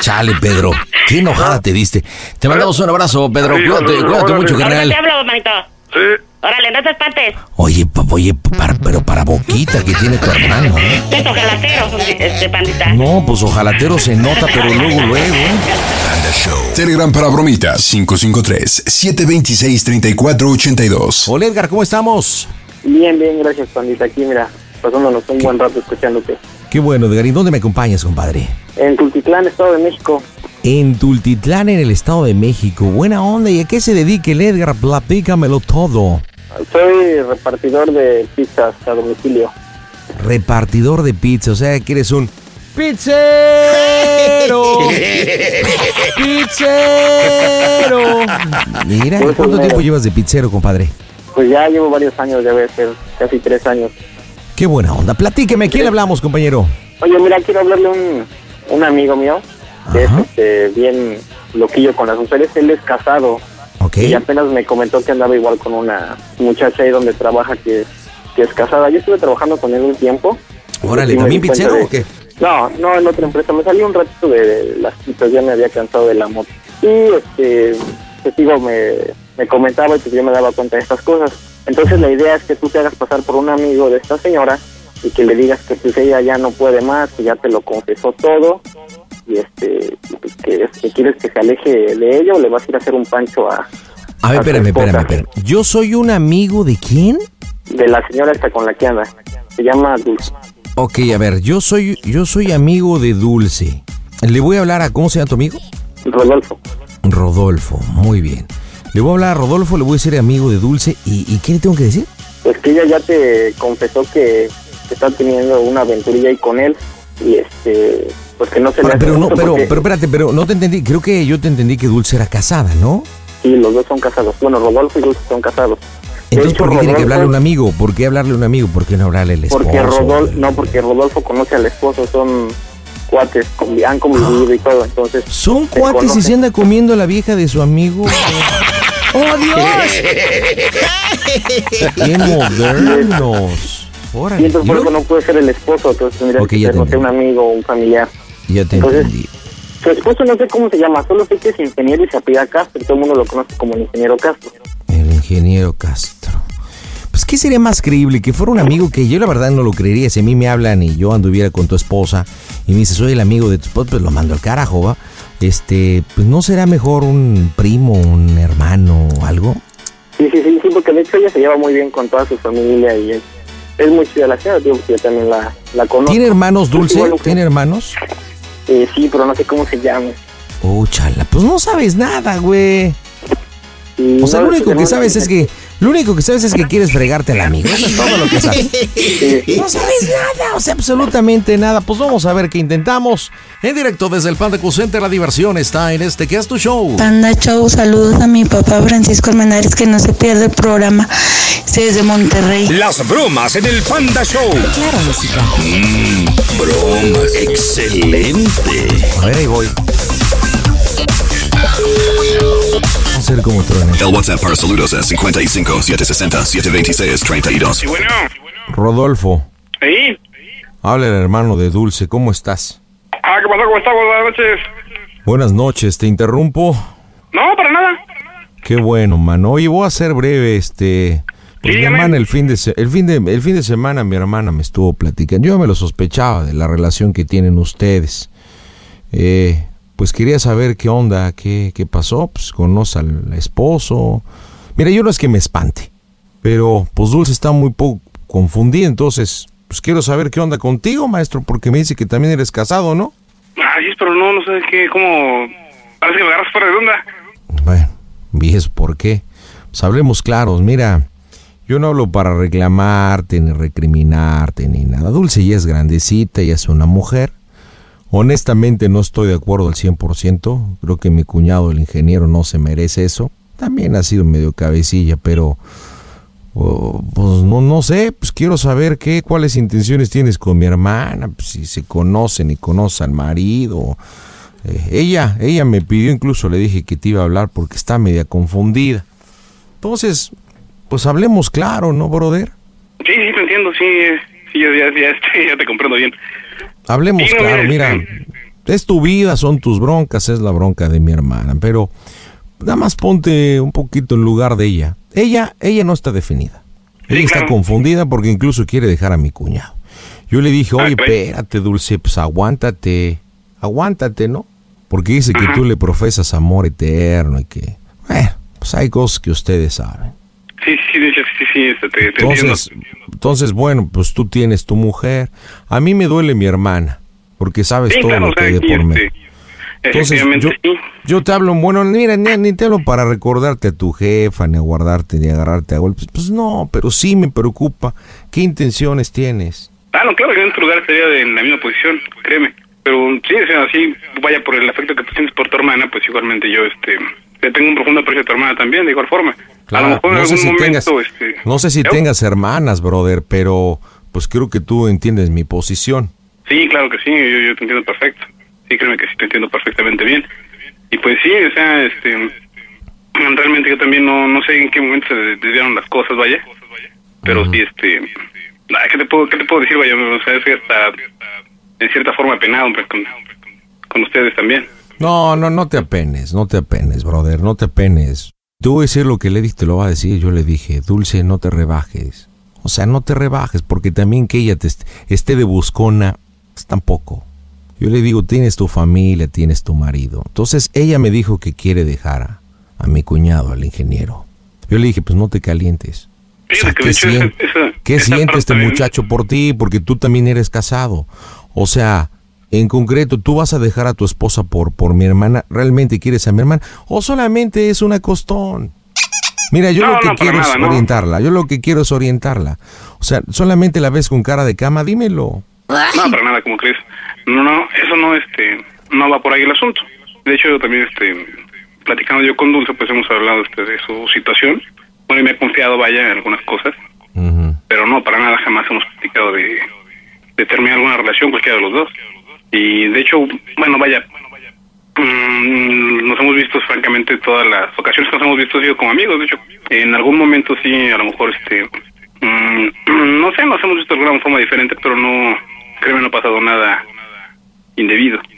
Chale, Pedro. Qué enojada te diste. Te mandamos un abrazo, Pedro.
Sí,
Cuídate,
órale,
cuídate
órale.
mucho,
Ahorita
carnal.
te hablo, manito.
Sí.
Órale, no te espantes.
Oye, pa- oye, para- pero para boquita que tiene tu hermano, ¿eh?
Te toca la cero, este pandita.
No, pues ojalatero se nota, pero luego, ¿eh? luego.
Panda Show. Telegram para bromitas 553 726 3482.
Hola Edgar, ¿cómo estamos?
Bien, bien, gracias, pandita. Aquí, mira, pasándonos un buen rato escuchándote.
Qué bueno, Edgar. ¿Y dónde me acompañas, compadre?
En Tultitlán, Estado de México.
En Tultitlán, en el Estado de México. Buena onda. ¿Y a qué se dedica el Edgar? Platícamelo todo.
Soy repartidor de pizzas a domicilio.
Repartidor de pizza, o sea que eres un pizzero. pizzero. Mira,
Pues,
¿cuánto
mira.
tiempo llevas de pizzero, compadre?
Pues ya llevo varios años, ya voy a hacer casi tres años.
Qué buena onda. Platíqueme, ¿a quién le hablamos, compañero?
Oye, mira, quiero hablarle a un, un amigo mío que es este, bien loquillo con las mujeres. Él es casado. Y apenas me comentó que andaba igual con una muchacha ahí donde trabaja que, que es casada. Yo estuve trabajando con él un tiempo.
Órale,
Sí, me
¿también
di cuenta
pizzero
de-
o qué?
No, no, en otra empresa. Me salí un ratito de las citas, ya me había cansado de la moto. Y, este, pues digo, me, me comentaba y pues yo me daba cuenta de estas cosas. Entonces la idea es que tú te hagas pasar por un amigo de esta señora y que le digas que pues ella ya no puede más, que ya te lo confesó todo y este pues, que, que quieres que se aleje de ella o le vas a ir a hacer un pancho a
A ver, espérame, espérame, espérame. ¿Yo soy un amigo de quién?
de la señora esta con la que anda. Se llama Dulce.
Ok, a ver, yo soy, yo soy amigo de Dulce. Le voy a hablar a, ¿cómo se llama tu amigo?
Rodolfo.
Rodolfo, muy bien. Le voy a hablar a Rodolfo, le voy a decir amigo de Dulce. ¿Y, y qué le tengo que decir?
Pues que ella ya te confesó que está teniendo una aventurilla ahí con él y este pues que no se le hace
Pero, Ah, pero no,
justo
pero,
porque-
pero espérate, pero no te entendí. Creo que yo te entendí que Dulce era casada, ¿no?
Sí, los dos son casados. Bueno, Rodolfo y Dulce son casados.
Entonces, ¿por qué tiene que
Rodolfo-
hablarle a un amigo? ¿Por qué hablarle a un amigo? ¿Por qué no hablarle al esposo?
Porque Rodolfo, no, porque Rodolfo conoce al esposo, son cuates, convi- han convivido y todo, entonces.
¿Son
se
cuates y
conocen.
se anda comiendo a la vieja de su amigo?
¡Oh,
¡Qué modernos!
Y
Órale.
entonces
¿Y
por eso
luego?
no puede ser el esposo, entonces tendría
Ok,
que
ya
ser,
te
no sé, un amigo o un familiar.
Ya te
Entonces-
entendí.
Su esposo no sé cómo se llama, solo sé que es ingeniero y se apellida Castro, y todo el mundo lo conoce como el ingeniero Castro.
El ingeniero Castro. Pues, ¿qué sería más creíble? Que fuera un amigo que yo la verdad no lo creería. Si a mí me hablan y yo anduviera con tu esposa y me dice, soy el amigo de tu esposa, pues lo mando al carajo, ¿va? Este, pues no será mejor un primo, un hermano o algo.
Sí, sí, sí, sí, porque de hecho ella se lleva muy bien con toda su familia y es, es muy chida la señora, digo, porque yo también la, la conozco. Pues
¿Tiene hermanos, Dulce?
Igual,
¿Tiene hermanos?
eh, sí, pero no sé cómo se llama.
Oh, chala, pues no sabes nada, güey.
Y
O sea,
no,
lo
de sus
único que
hermanos
sabes
dice-
es que Lo único que sabes es que quieres fregarte al amigo. Eso es todo lo que sabes.
No sabes nada, o sea, absolutamente nada. Pues vamos a ver qué intentamos.
En directo desde el Panda Q Center, la diversión está en este que es tu show.
Panda Show, saludos a mi papá Francisco Almenares, que no se pierde el programa desde Monterrey.
Las bromas en el Panda Show. Claro, música. bromas, excelente.
A ver, ahí voy.
Ser como El WhatsApp para saludos es 55 760 726 32.
Rodolfo,
¿Sí?
habla el hermano de Dulce, ¿cómo estás?
Ah, ¿qué pasó? ¿Cómo estás? Buenas noches.
Buenas noches, te interrumpo.
No, para nada.
Qué bueno, mano. Oye, voy a ser breve, este. Pues mi hermana el fin, de se- el, fin de, el fin de semana mi hermana me estuvo platicando. Yo me lo sospechaba de la relación que tienen ustedes. Eh, pues quería saber qué onda, qué, qué pasó. Pues conoce al esposo. Mira, yo no es que me espante, pero pues Dulce está muy poco confundida. Entonces, pues quiero saber qué onda contigo, maestro, porque me dice que también eres casado, ¿no?
Ay, pero no, no sé qué, cómo... Parece que me agarras fuera de onda.
¿Y eso por qué? Pues hablemos claros, mira, yo no hablo para reclamarte, ni recriminarte, ni nada. Dulce ya es grandecita, ya es una mujer. Honestamente no estoy de acuerdo al 100%, creo que mi cuñado, el ingeniero, no se merece eso. También ha sido medio cabecilla, pero... oh, pues no, no sé, pues quiero saber qué, cuáles intenciones tienes con mi hermana, pues, si se conocen y conoce al marido, eh, ella, ella me pidió incluso, le dije que te iba a hablar porque está media confundida. Entonces, pues hablemos claro, ¿no, brother?
Sí, sí, te entiendo, sí. eh, Sí, ya, ya, ya, este, ya te comprendo bien.
Hablemos
Sí, no,
claro,
mira,
mira, es tu vida, son tus broncas, es la bronca de mi hermana, pero nada más ponte un poquito en lugar de ella. Ella, ella no está definida. Ella está confundida porque incluso quiere dejar a mi cuñado. Yo le dije, oye, espérate, Dulce, pues aguántate, aguántate, ¿no? Porque dice que tú le profesas amor eterno y que, bueno, pues hay cosas que ustedes saben.
Sí, sí, sí, sí, sí, sí, este, te, te entiendo.
Entonces, entonces, bueno, pues tú tienes tu mujer. A mí me duele mi hermana, porque sabes
Sí,
todo
claro,
lo
o sea,
que hay de
aquí,
por medio.
este,
Entonces,
efectivamente,
yo, yo te hablo, bueno, mira, ni, ni te hablo para recordarte a tu jefa, ni aguardarte, ni agarrarte a golpes. Pues no, pero sí me preocupa. ¿Qué intenciones tienes?
Ah, no, claro que en tu lugar estaría de- en la misma posición, créeme. Pero sí, o sea, así, vaya por el afecto que tú sientes por tu hermana, pues igualmente yo, este, le tengo un profundo aprecio a tu hermana también, de igual forma. a
Claro,
lo mejor en
no sé
algún
si tengas-
momento, este...
No sé si
¿yo?
tengas hermanas, brother, pero pues creo que tú entiendes mi posición.
Sí, claro que sí, yo, yo te entiendo perfecto. Sí, créeme que sí te entiendo perfectamente bien. Y pues sí, o sea, este, realmente yo también no, no sé en qué momento se desviaron las cosas, vaya. Pero sí, este, ay, ¿qué, te puedo, ¿qué te puedo decir, vaya? O sea, estoy hasta, en cierta forma penado pues, con, con ustedes también.
No, no, no te apenes, no te apenes, brother, no te apenes. Te voy a decir lo que le dije, te lo va a decir. Yo le dije, Dulce, no te rebajes. O sea, no te rebajes, porque también que ella te est- esté de buscona, pues, tampoco. Yo le digo, tienes tu familia, tienes tu marido. Entonces ella me dijo que quiere dejar a, a mi cuñado, al ingeniero. Yo le dije, pues no te calientes. O sea, ¿qué, sien- qué siente este muchacho por ti? Porque tú también eres casado. O sea, en concreto, ¿tú vas a dejar a tu esposa por, por mi hermana? ¿Realmente quieres a mi hermana? ¿O solamente es una costón? Mira, yo
No,
lo que
no, para
quiero
nada,
es
no.
orientarla. Yo lo que quiero es orientarla. O sea, solamente la ves con cara de cama, dímelo.
No, para nada, como crees. No, no, eso no, este, no va por ahí el asunto. De hecho, yo también, este, platicando yo con Dulce, pues hemos hablado este, de su situación. Bueno, y me he confiado, vaya, en algunas cosas. Pero no, para nada, jamás hemos platicado de, de terminar alguna relación, cualquiera de los dos. Y de hecho, bueno, vaya, mm, nos hemos visto, francamente, todas las ocasiones que nos hemos visto ha sido como amigos. De hecho, en algún momento sí, a lo mejor, este, mm, no sé, nos hemos visto de alguna forma diferente, pero no, Créeme, no ha pasado nada indebido.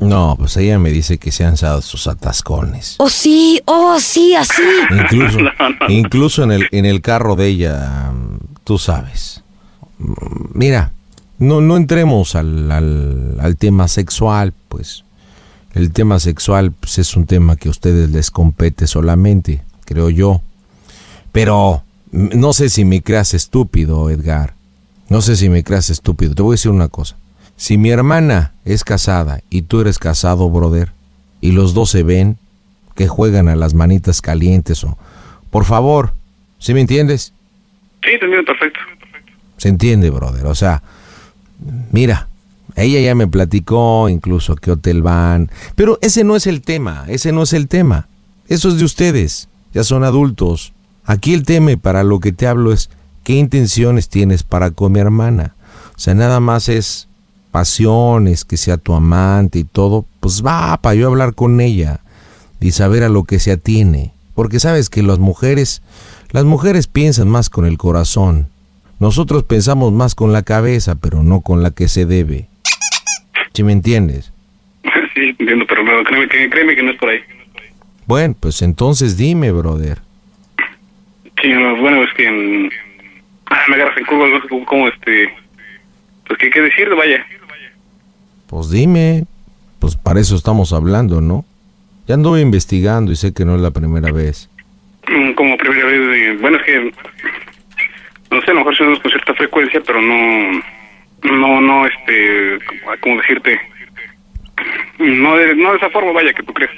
No, pues ella me dice que se han dado sus atascones.
Oh, sí, oh, sí, así.
Incluso, incluso en, el, en el carro de ella, mm, tú sabes. Mm, Mira, no, no entremos al, al- al tema sexual, pues el tema sexual pues, es un tema que a ustedes les compete solamente, creo yo. Pero mm, no sé si me creas estúpido, Edgar. No sé si me creas estúpido. Te voy a decir una cosa. Si mi hermana es casada y tú eres casado, brother, y los dos se ven, que juegan a las manitas calientes o por favor, ¿Sí me entiendes?
Sí, también perfecto.
Se entiende, brother. O sea, mira, ella ya me platicó incluso qué hotel van. Pero ese no es el tema, ese no es el tema. Eso es de ustedes, ya son adultos. Aquí el tema y para lo que te hablo es qué intenciones tienes para con mi hermana. O sea, nada más es pasiones, que sea tu amante y todo. Pues va, para yo hablar con ella y saber a lo que se atiene. Porque sabes que las mujeres, las mujeres piensan más con el corazón. Nosotros pensamos más con la cabeza, pero no con la que se debe. ¿Sí me entiendes?
Sí, entiendo, pero no, créeme, que, créeme que no es por ahí.
Bueno, pues entonces dime, brother.
Sí, no, bueno, es que en- ah, me agarras en curva, no sé cómo, cómo, este... Pues qué, qué decirle, vaya.
Pues dime. Pues para eso estamos hablando, ¿no? Ya anduve investigando y sé que no es la primera vez.
Mm, Como primera vez, de- bueno, es que... No sé, a lo mejor sí nos con cierta frecuencia, pero no... No, no, este... ¿Cómo decirte? No de, no de esa forma, vaya, que tú crees.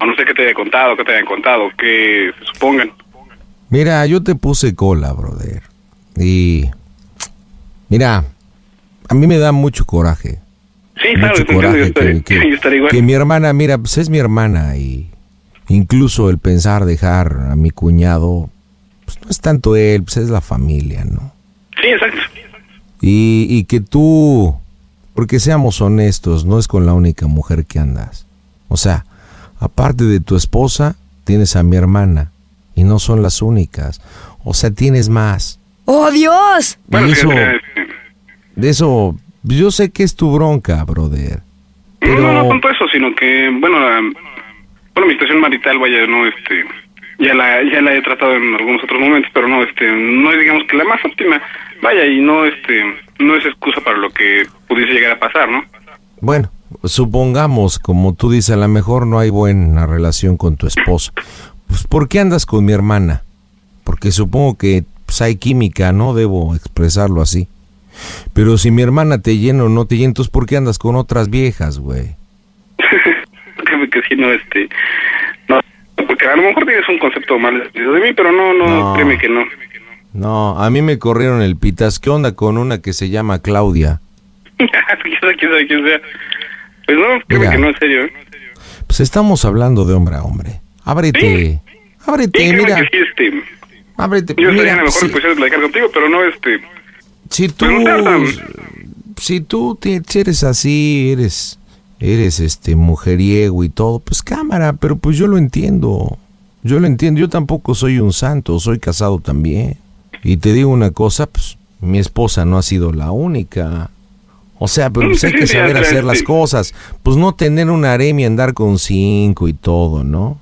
O no sé qué te haya contado, qué te hayan contado, que se supongan.
Mira, yo te puse cola, brother. Y... Mira, a mí me da mucho coraje.
Sí, claro, yo te entiendo, yo estaré,
que-
yo estaré igual.
Que mi hermana, mira, pues es mi hermana y incluso el pensar dejar a mi cuñado, pues no es tanto él, pues es la familia, ¿no?
Sí, exacto.
Y, y que tú, porque seamos honestos, no es con la única mujer que andas. O sea, aparte de tu esposa, tienes a mi hermana y no son las únicas. O sea, tienes más.
¡Oh, Dios!
Y eso,
eh,
de eso, yo sé que es tu bronca, brother.
No, no, no tanto eso, sino que, bueno, la- bueno, mi situación marital, vaya, no, este, ya la, ya la he tratado en algunos otros momentos, pero no, este, no es, digamos, que la más óptima, vaya, y no, este, no es excusa para lo que pudiese llegar a pasar, ¿no?
Bueno, supongamos, como tú dices, a lo mejor no hay buena relación con tu esposa. Pues, ¿por qué andas con mi hermana? Porque supongo que pues, hay química, ¿no? Debo expresarlo así. Pero si mi hermana te llena o no te llena, entonces ¿por qué andas con otras viejas, güey?
Créeme que sí, no, este, no, porque a lo mejor tienes un concepto mal de mí, pero no, no,
No.
créeme que no.
No, a mí me corrieron el pitas. ¿Qué onda con una que se llama Claudia?
quién sabe, quién sabe quién sea. Pues no, créeme
Mira.
que no, en serio, ¿eh?
Pues estamos hablando de hombre a hombre. Ábrete. Ábrete,
Sí, créeme
mira.
que sí, este,
Ábrete. mira,
yo estaría en la mejor
sí.
posición de platicar contigo, pero no, este,
Si tú,
Pero no tardan.
si tú te- si eres así, eres, eres este mujeriego y todo, pues cámara, pero pues yo lo entiendo, yo lo entiendo, yo tampoco soy un santo, soy casado también. Y te digo una cosa, pues mi esposa no ha sido la única. O sea, pero pues, hay que saber hacer las cosas, pues no tener una harem y andar con cinco y todo, ¿no?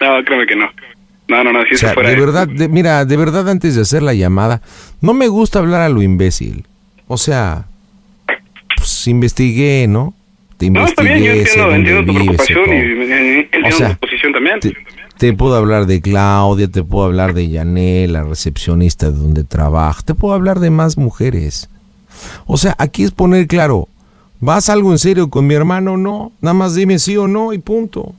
no, créeme que no. No, no, no, si
O
eso
sea,
fuera...
de verdad, de- mira, de verdad antes de hacer la llamada, no me gusta hablar a lo imbécil. O sea, pues investigué, ¿no? Te
No,
investigué,
está bien, yo
sé
entiendo,
dónde
entiendo tu
vives y
preocupación y,
todo.
eh, entiendo
O sea,
tu posición también.
Te puedo hablar de Claudia, te puedo hablar de Yané, la recepcionista de donde trabaja, te puedo hablar de más mujeres. O sea, aquí es poner claro, ¿vas algo en serio con mi hermano o no? Nada más dime sí o no y punto.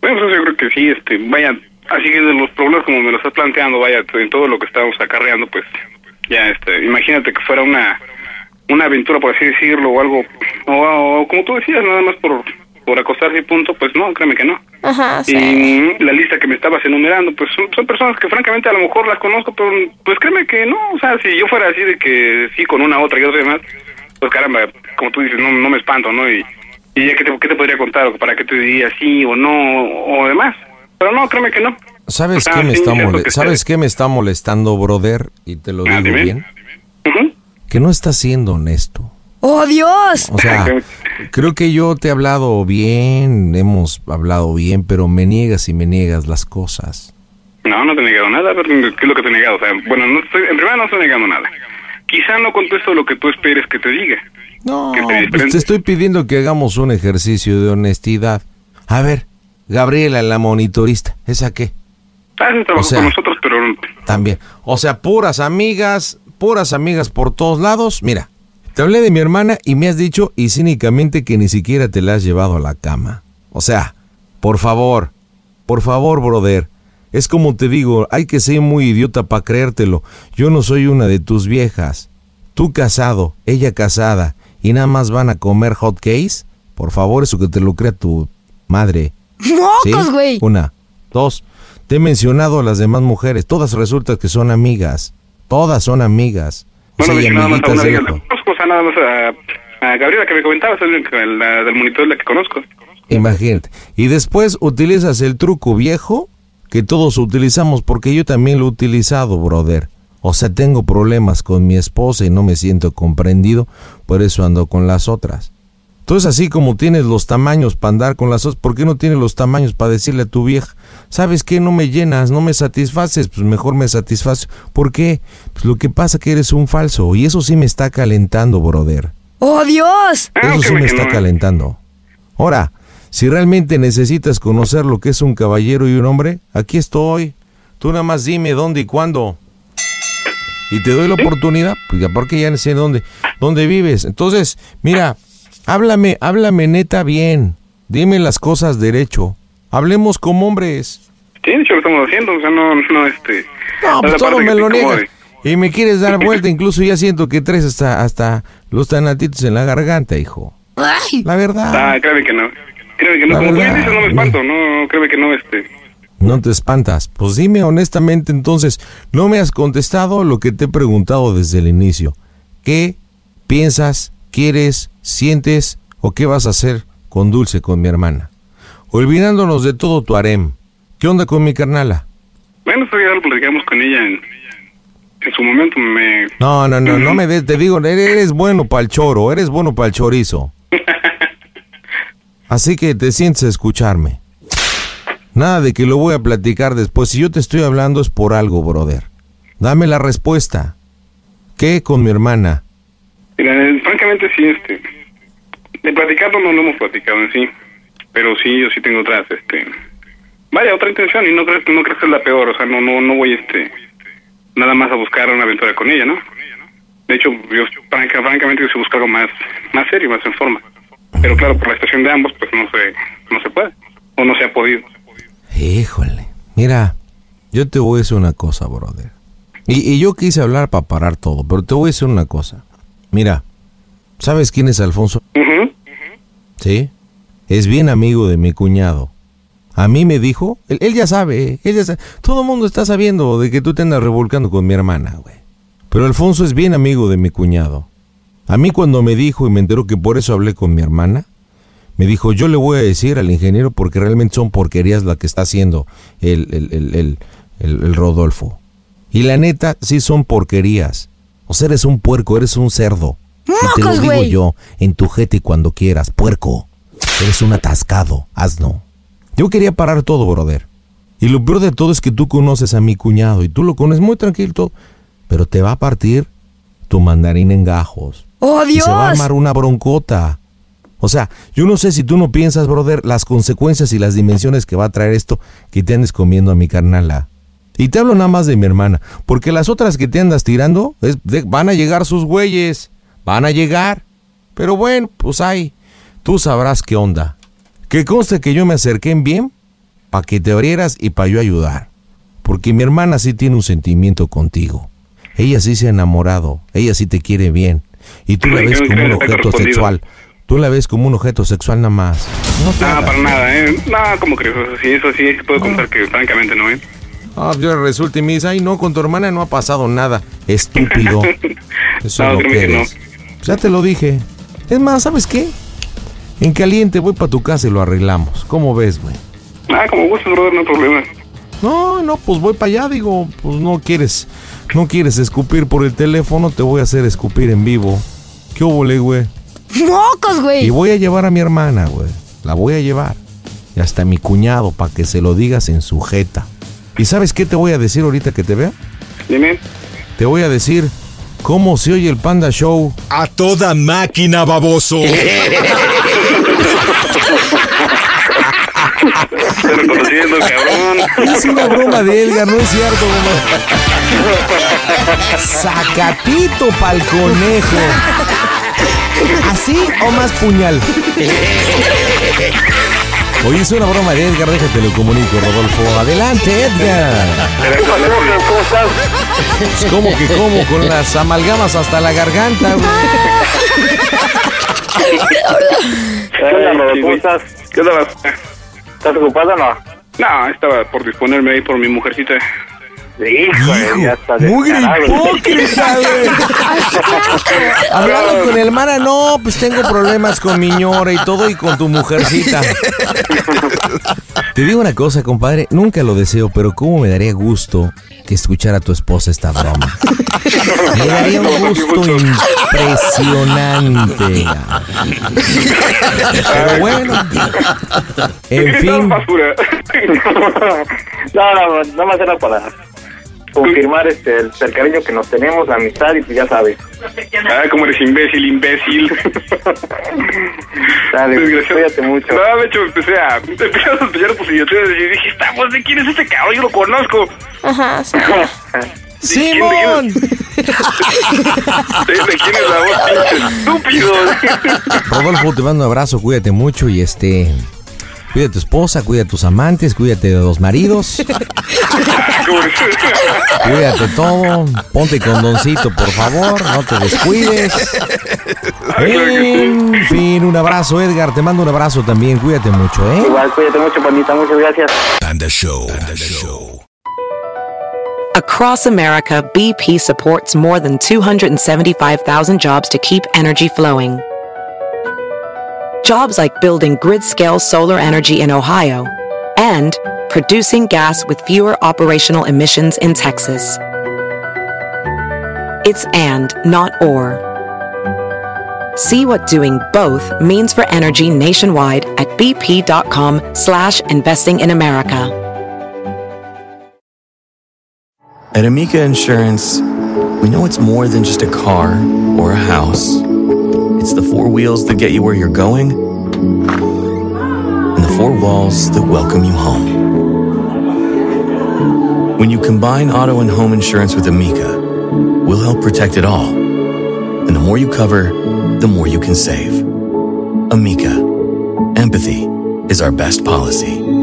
Bueno, pues yo creo que sí, este, vaya, así que de los problemas como me lo estás planteando, vaya, en todo lo que estamos acarreando, pues ya, este, imagínate que fuera una una aventura, por así decirlo, o algo, o, o como tú decías, nada más por, por acostarse y punto, pues no, créeme que no.
Ajá,
Y la lista que me estabas enumerando, pues son, son personas que francamente a lo mejor las conozco, pero pues créeme que no, o sea, si yo fuera así de que sí con una, otra y otra y demás, pues caramba, como tú dices, no, no me espanto, ¿no? Y, y ya, ¿qué te, qué te podría contar? ¿O ¿Para qué te diría sí o no o demás? Pero no, créeme que no.
¿Sabes
Ah,
qué me
sí,
está
es lo
mole-
que Ah,
¿Sabes qué me está molestando, brother? Y te lo digo
dime.
bien.
Ujú.
Que no estás siendo honesto.
¡Oh, Dios!
O sea, creo que yo te he hablado bien, hemos hablado bien, pero me niegas y me niegas las cosas.
No, no te he negado nada, pero ¿qué es lo que te he negado? O sea, bueno, no estoy, en primera no estoy negando nada. Quizá no contesto lo que tú esperes que te diga.
No,
Que te
pues te estoy pidiendo que hagamos un ejercicio de honestidad. A ver, Gabriela, la monitorista, ¿esa qué?
Hacen Ah, trabajo
O sea,
con nosotros, pero
También. O sea, puras amigas, puras amigas por todos lados. Mira, te hablé de mi hermana y me has dicho y cínicamente que ni siquiera te la has llevado a la cama. O sea, por favor, por favor, brother. Es como te digo, hay que ser muy idiota para creértelo. Yo no soy una de tus viejas. Tú casado, ella casada, y nada más van a comer hot cakes. Por favor, eso que te lo crea tu madre.
¡Mocos, güey!
Una, dos. Te he mencionado a las demás mujeres. Todas resulta que son amigas. Todas son amigas. O
Bueno,
sea, y
dije nada más a
amiguitas
una
del
de ellas la
otro.
conozco, o sea, nada más a, a Gabriela que me comentabas, es la que- la del monitor la que conozco.
Imagínate. Y después utilizas el truco viejo que todos utilizamos porque yo también lo he utilizado, brother. O sea, tengo problemas con mi esposa y no me siento comprendido, por eso ando con las otras. Entonces, así como tienes los tamaños para andar con las otras, ¿por qué no tienes los tamaños para decirle a tu vieja, sabes qué, no me llenas, no me satisfaces, pues mejor me satisfaces? ¿Por qué? Pues lo que pasa que eres un falso y eso sí me está calentando, brother.
¡Oh, Dios!
Ah,
Eso sí me está calentando. Ahora, si realmente necesitas conocer lo que es un caballero y un hombre, aquí estoy. Tú nada más dime dónde y cuándo. Y te doy la oportunidad, pues ya porque ya sé dónde, dónde vives. Entonces, mira, háblame, háblame neta bien. Dime las cosas derecho. Hablemos como hombres.
Sí, de hecho lo estamos haciendo, o sea, no, no, este...
No, pues
la
todo
parte
me
que
lo
te
niegas.
incomode.
Y me quieres dar vuelta, incluso ya siento que traes hasta, hasta los tanatitos en la garganta, hijo. La verdad.
Ah, créeme que no. Créeme que no,
La
como tú bien
verdad,
dices, no me espanto, no, no, créeme que no, este...
No te espantas. Pues dime honestamente entonces, no me has contestado lo que te he preguntado desde el inicio. ¿Qué piensas, quieres, sientes o qué vas a hacer con Dulce, con mi hermana? Olvidándonos de todo tu harem. ¿Qué onda con mi carnala?
Bueno, eso ya lo platicamos con ella en, en su momento, me...
No, no, no, no me des, te digo, eres- eres bueno para el choro, eres bueno para el chorizo. Así que te sientes a escucharme. Nada de que lo voy a platicar después. Si yo te estoy hablando es por algo, brother. Dame la respuesta. ¿Qué con mi hermana?
Mira, eh, francamente sí, este... De platicarlo no lo hemos platicado en sí, pero sí, yo sí tengo otras, este... Vaya, otra intención, y no crees, no crees que es la peor, o sea, no, no, no voy, este... Nada más a buscar una aventura con ella, ¿no? De hecho, yo franca- francamente yo sí busco algo más, más serio, más en forma. Pero claro, por la estación de ambos, pues no se, no se puede, o no se ha podido.
Híjole. Mira, yo te voy a decir una cosa, brother. Y, y yo quise hablar para parar todo, pero te voy a decir una cosa. Mira, ¿sabes quién es Alfonso? ¿Sí? Es bien amigo de mi cuñado. A mí me dijo, él, él ya sabe, él ya sabe. Todo el mundo está sabiendo de que tú te andas revolcando con mi hermana, güey. Pero Alfonso es bien amigo de mi cuñado. A mí cuando me dijo y me enteró que por eso hablé con mi hermana, me dijo, yo le voy a decir al ingeniero porque realmente son porquerías las que está haciendo el, el- el- el- el- el Rodolfo. Y la neta, sí son porquerías. O sea, eres un puerco, eres un cerdo. Y te lo
¡Mocos,
digo
güey!
yo, en tu jete cuando quieras, puerco. Eres un atascado, asno. Yo quería parar todo, brother. Y lo peor de todo es que tú conoces a mi cuñado y tú lo conoces muy tranquilo, y todo, pero te va a partir tu mandarín en gajos.
¡Oh,
Y se va a
Dios!
armar una broncota. O sea, yo no sé si tú no piensas, brother, las consecuencias y las dimensiones que va a traer esto que te andes comiendo a mi carnala. Y te hablo nada más de mi hermana, porque las otras que te andas tirando es de- van a llegar sus güeyes, van a llegar. Pero bueno, pues ahí, tú sabrás qué onda. Que conste que yo me acerqué en bien para que te abrieras y para yo ayudar. Porque mi hermana sí tiene un sentimiento contigo. Ella sí se ha enamorado, ella sí te quiere bien. Y tú la
Sí,
ves
creo que
como un
le está
objeto
correspondido.
sexual. Tú la ves como un objeto sexual nada más.
Nada, para nada, ¿eh? Nada, como crees, eso sí, eso sí, puedo contar que francamente no, ¿eh?
Ah, yo resulta y me dice, ay no, con tu hermana no ha pasado nada. Estúpido. Eso
No,
es lo
créeme
que
que
eres. Ya te lo dije. Es más, ¿sabes qué? En caliente voy para tu casa y lo arreglamos. ¿Cómo ves, güey?
Ah, como gustes, brother, no hay problema.
No, no, pues voy para allá, digo, pues no quieres, no quieres escupir por el teléfono, te voy a hacer escupir en vivo. ¿Qué óvole, güey?
¡Mocos, güey!
Y voy a llevar a mi hermana, güey. La voy a llevar. Y hasta a mi cuñado, para que se lo digas en su jeta. ¿Y sabes qué te voy a decir ahorita que te vea?
Dime.
Te voy a decir cómo se oye el Panda Show.
A toda máquina, baboso.
Reconociendo, cabrón.
Es una broma de Edgar, no es cierto, güey. Sacatito pa'l conejo. ¿Así o más puñal? Oye, es una broma de Edgar, déjate lo comunico, Rodolfo. Adelante, Edgar. Pues, ¿Cómo que cómo? Con las amalgamas hasta la garganta, güey.
¿Qué onda, Rodo? ¿Cómo estás? ¿Qué onda? ¿Estás ocupado o no? No, estaba por disponerme ahí por mi mujercita. Híjole, ya está
¡Mugre hipócrita, güey!
Hablando con el hermana, no, pues tengo problemas con mi ñora y todo y con tu mujercita.
Te digo una cosa, compadre, nunca lo deseo, pero cómo me daría gusto que escuchara a tu esposa esta broma. Me daría un gusto impresionante. Pero bueno, en fin,
no, no, nada más era para confirmar este, el, el cariño que nos tenemos, la amistad y pues ya sabes.
¿Eh?
Ah, como eres imbécil, imbécil.
Dale,
Desgraciado.
cuídate mucho.
No, de hecho, empecé a, empecé a sospechar tus idiotas y dije, esta voz de quién es este cabrón, yo lo conozco. Ajá,
¡Simón!
¿De quién es la voz, pinche estúpido?
Rodolfo, te mando un abrazo, cuídate mucho y este. Cuida a tu esposa, cuida a tus amantes, cuídate de los maridos, cuídate todo, ponte condoncito, por favor, no te descuides. En fin, un abrazo, Edgar, te mando un abrazo también, cuídate mucho, ¿eh?
Igual, cuídate mucho, pandita, muchas gracias.
Panda Show.
Across America, BP supports more than 275,000 jobs to keep energy flowing. Jobs like building grid scale solar energy in Ohio and producing gas with fewer operational emissions in Texas. It's and, not or. See what doing both means for energy nationwide at bp.com slash investing in America.
At Amica Insurance, we know it's more than just a car or a house. It's the four wheels that get you where you're going and the four walls that welcome you home. When you combine auto and home insurance with Amica, we'll help protect it all. And the more you cover, the more you can save. Amica, empathy is our best policy.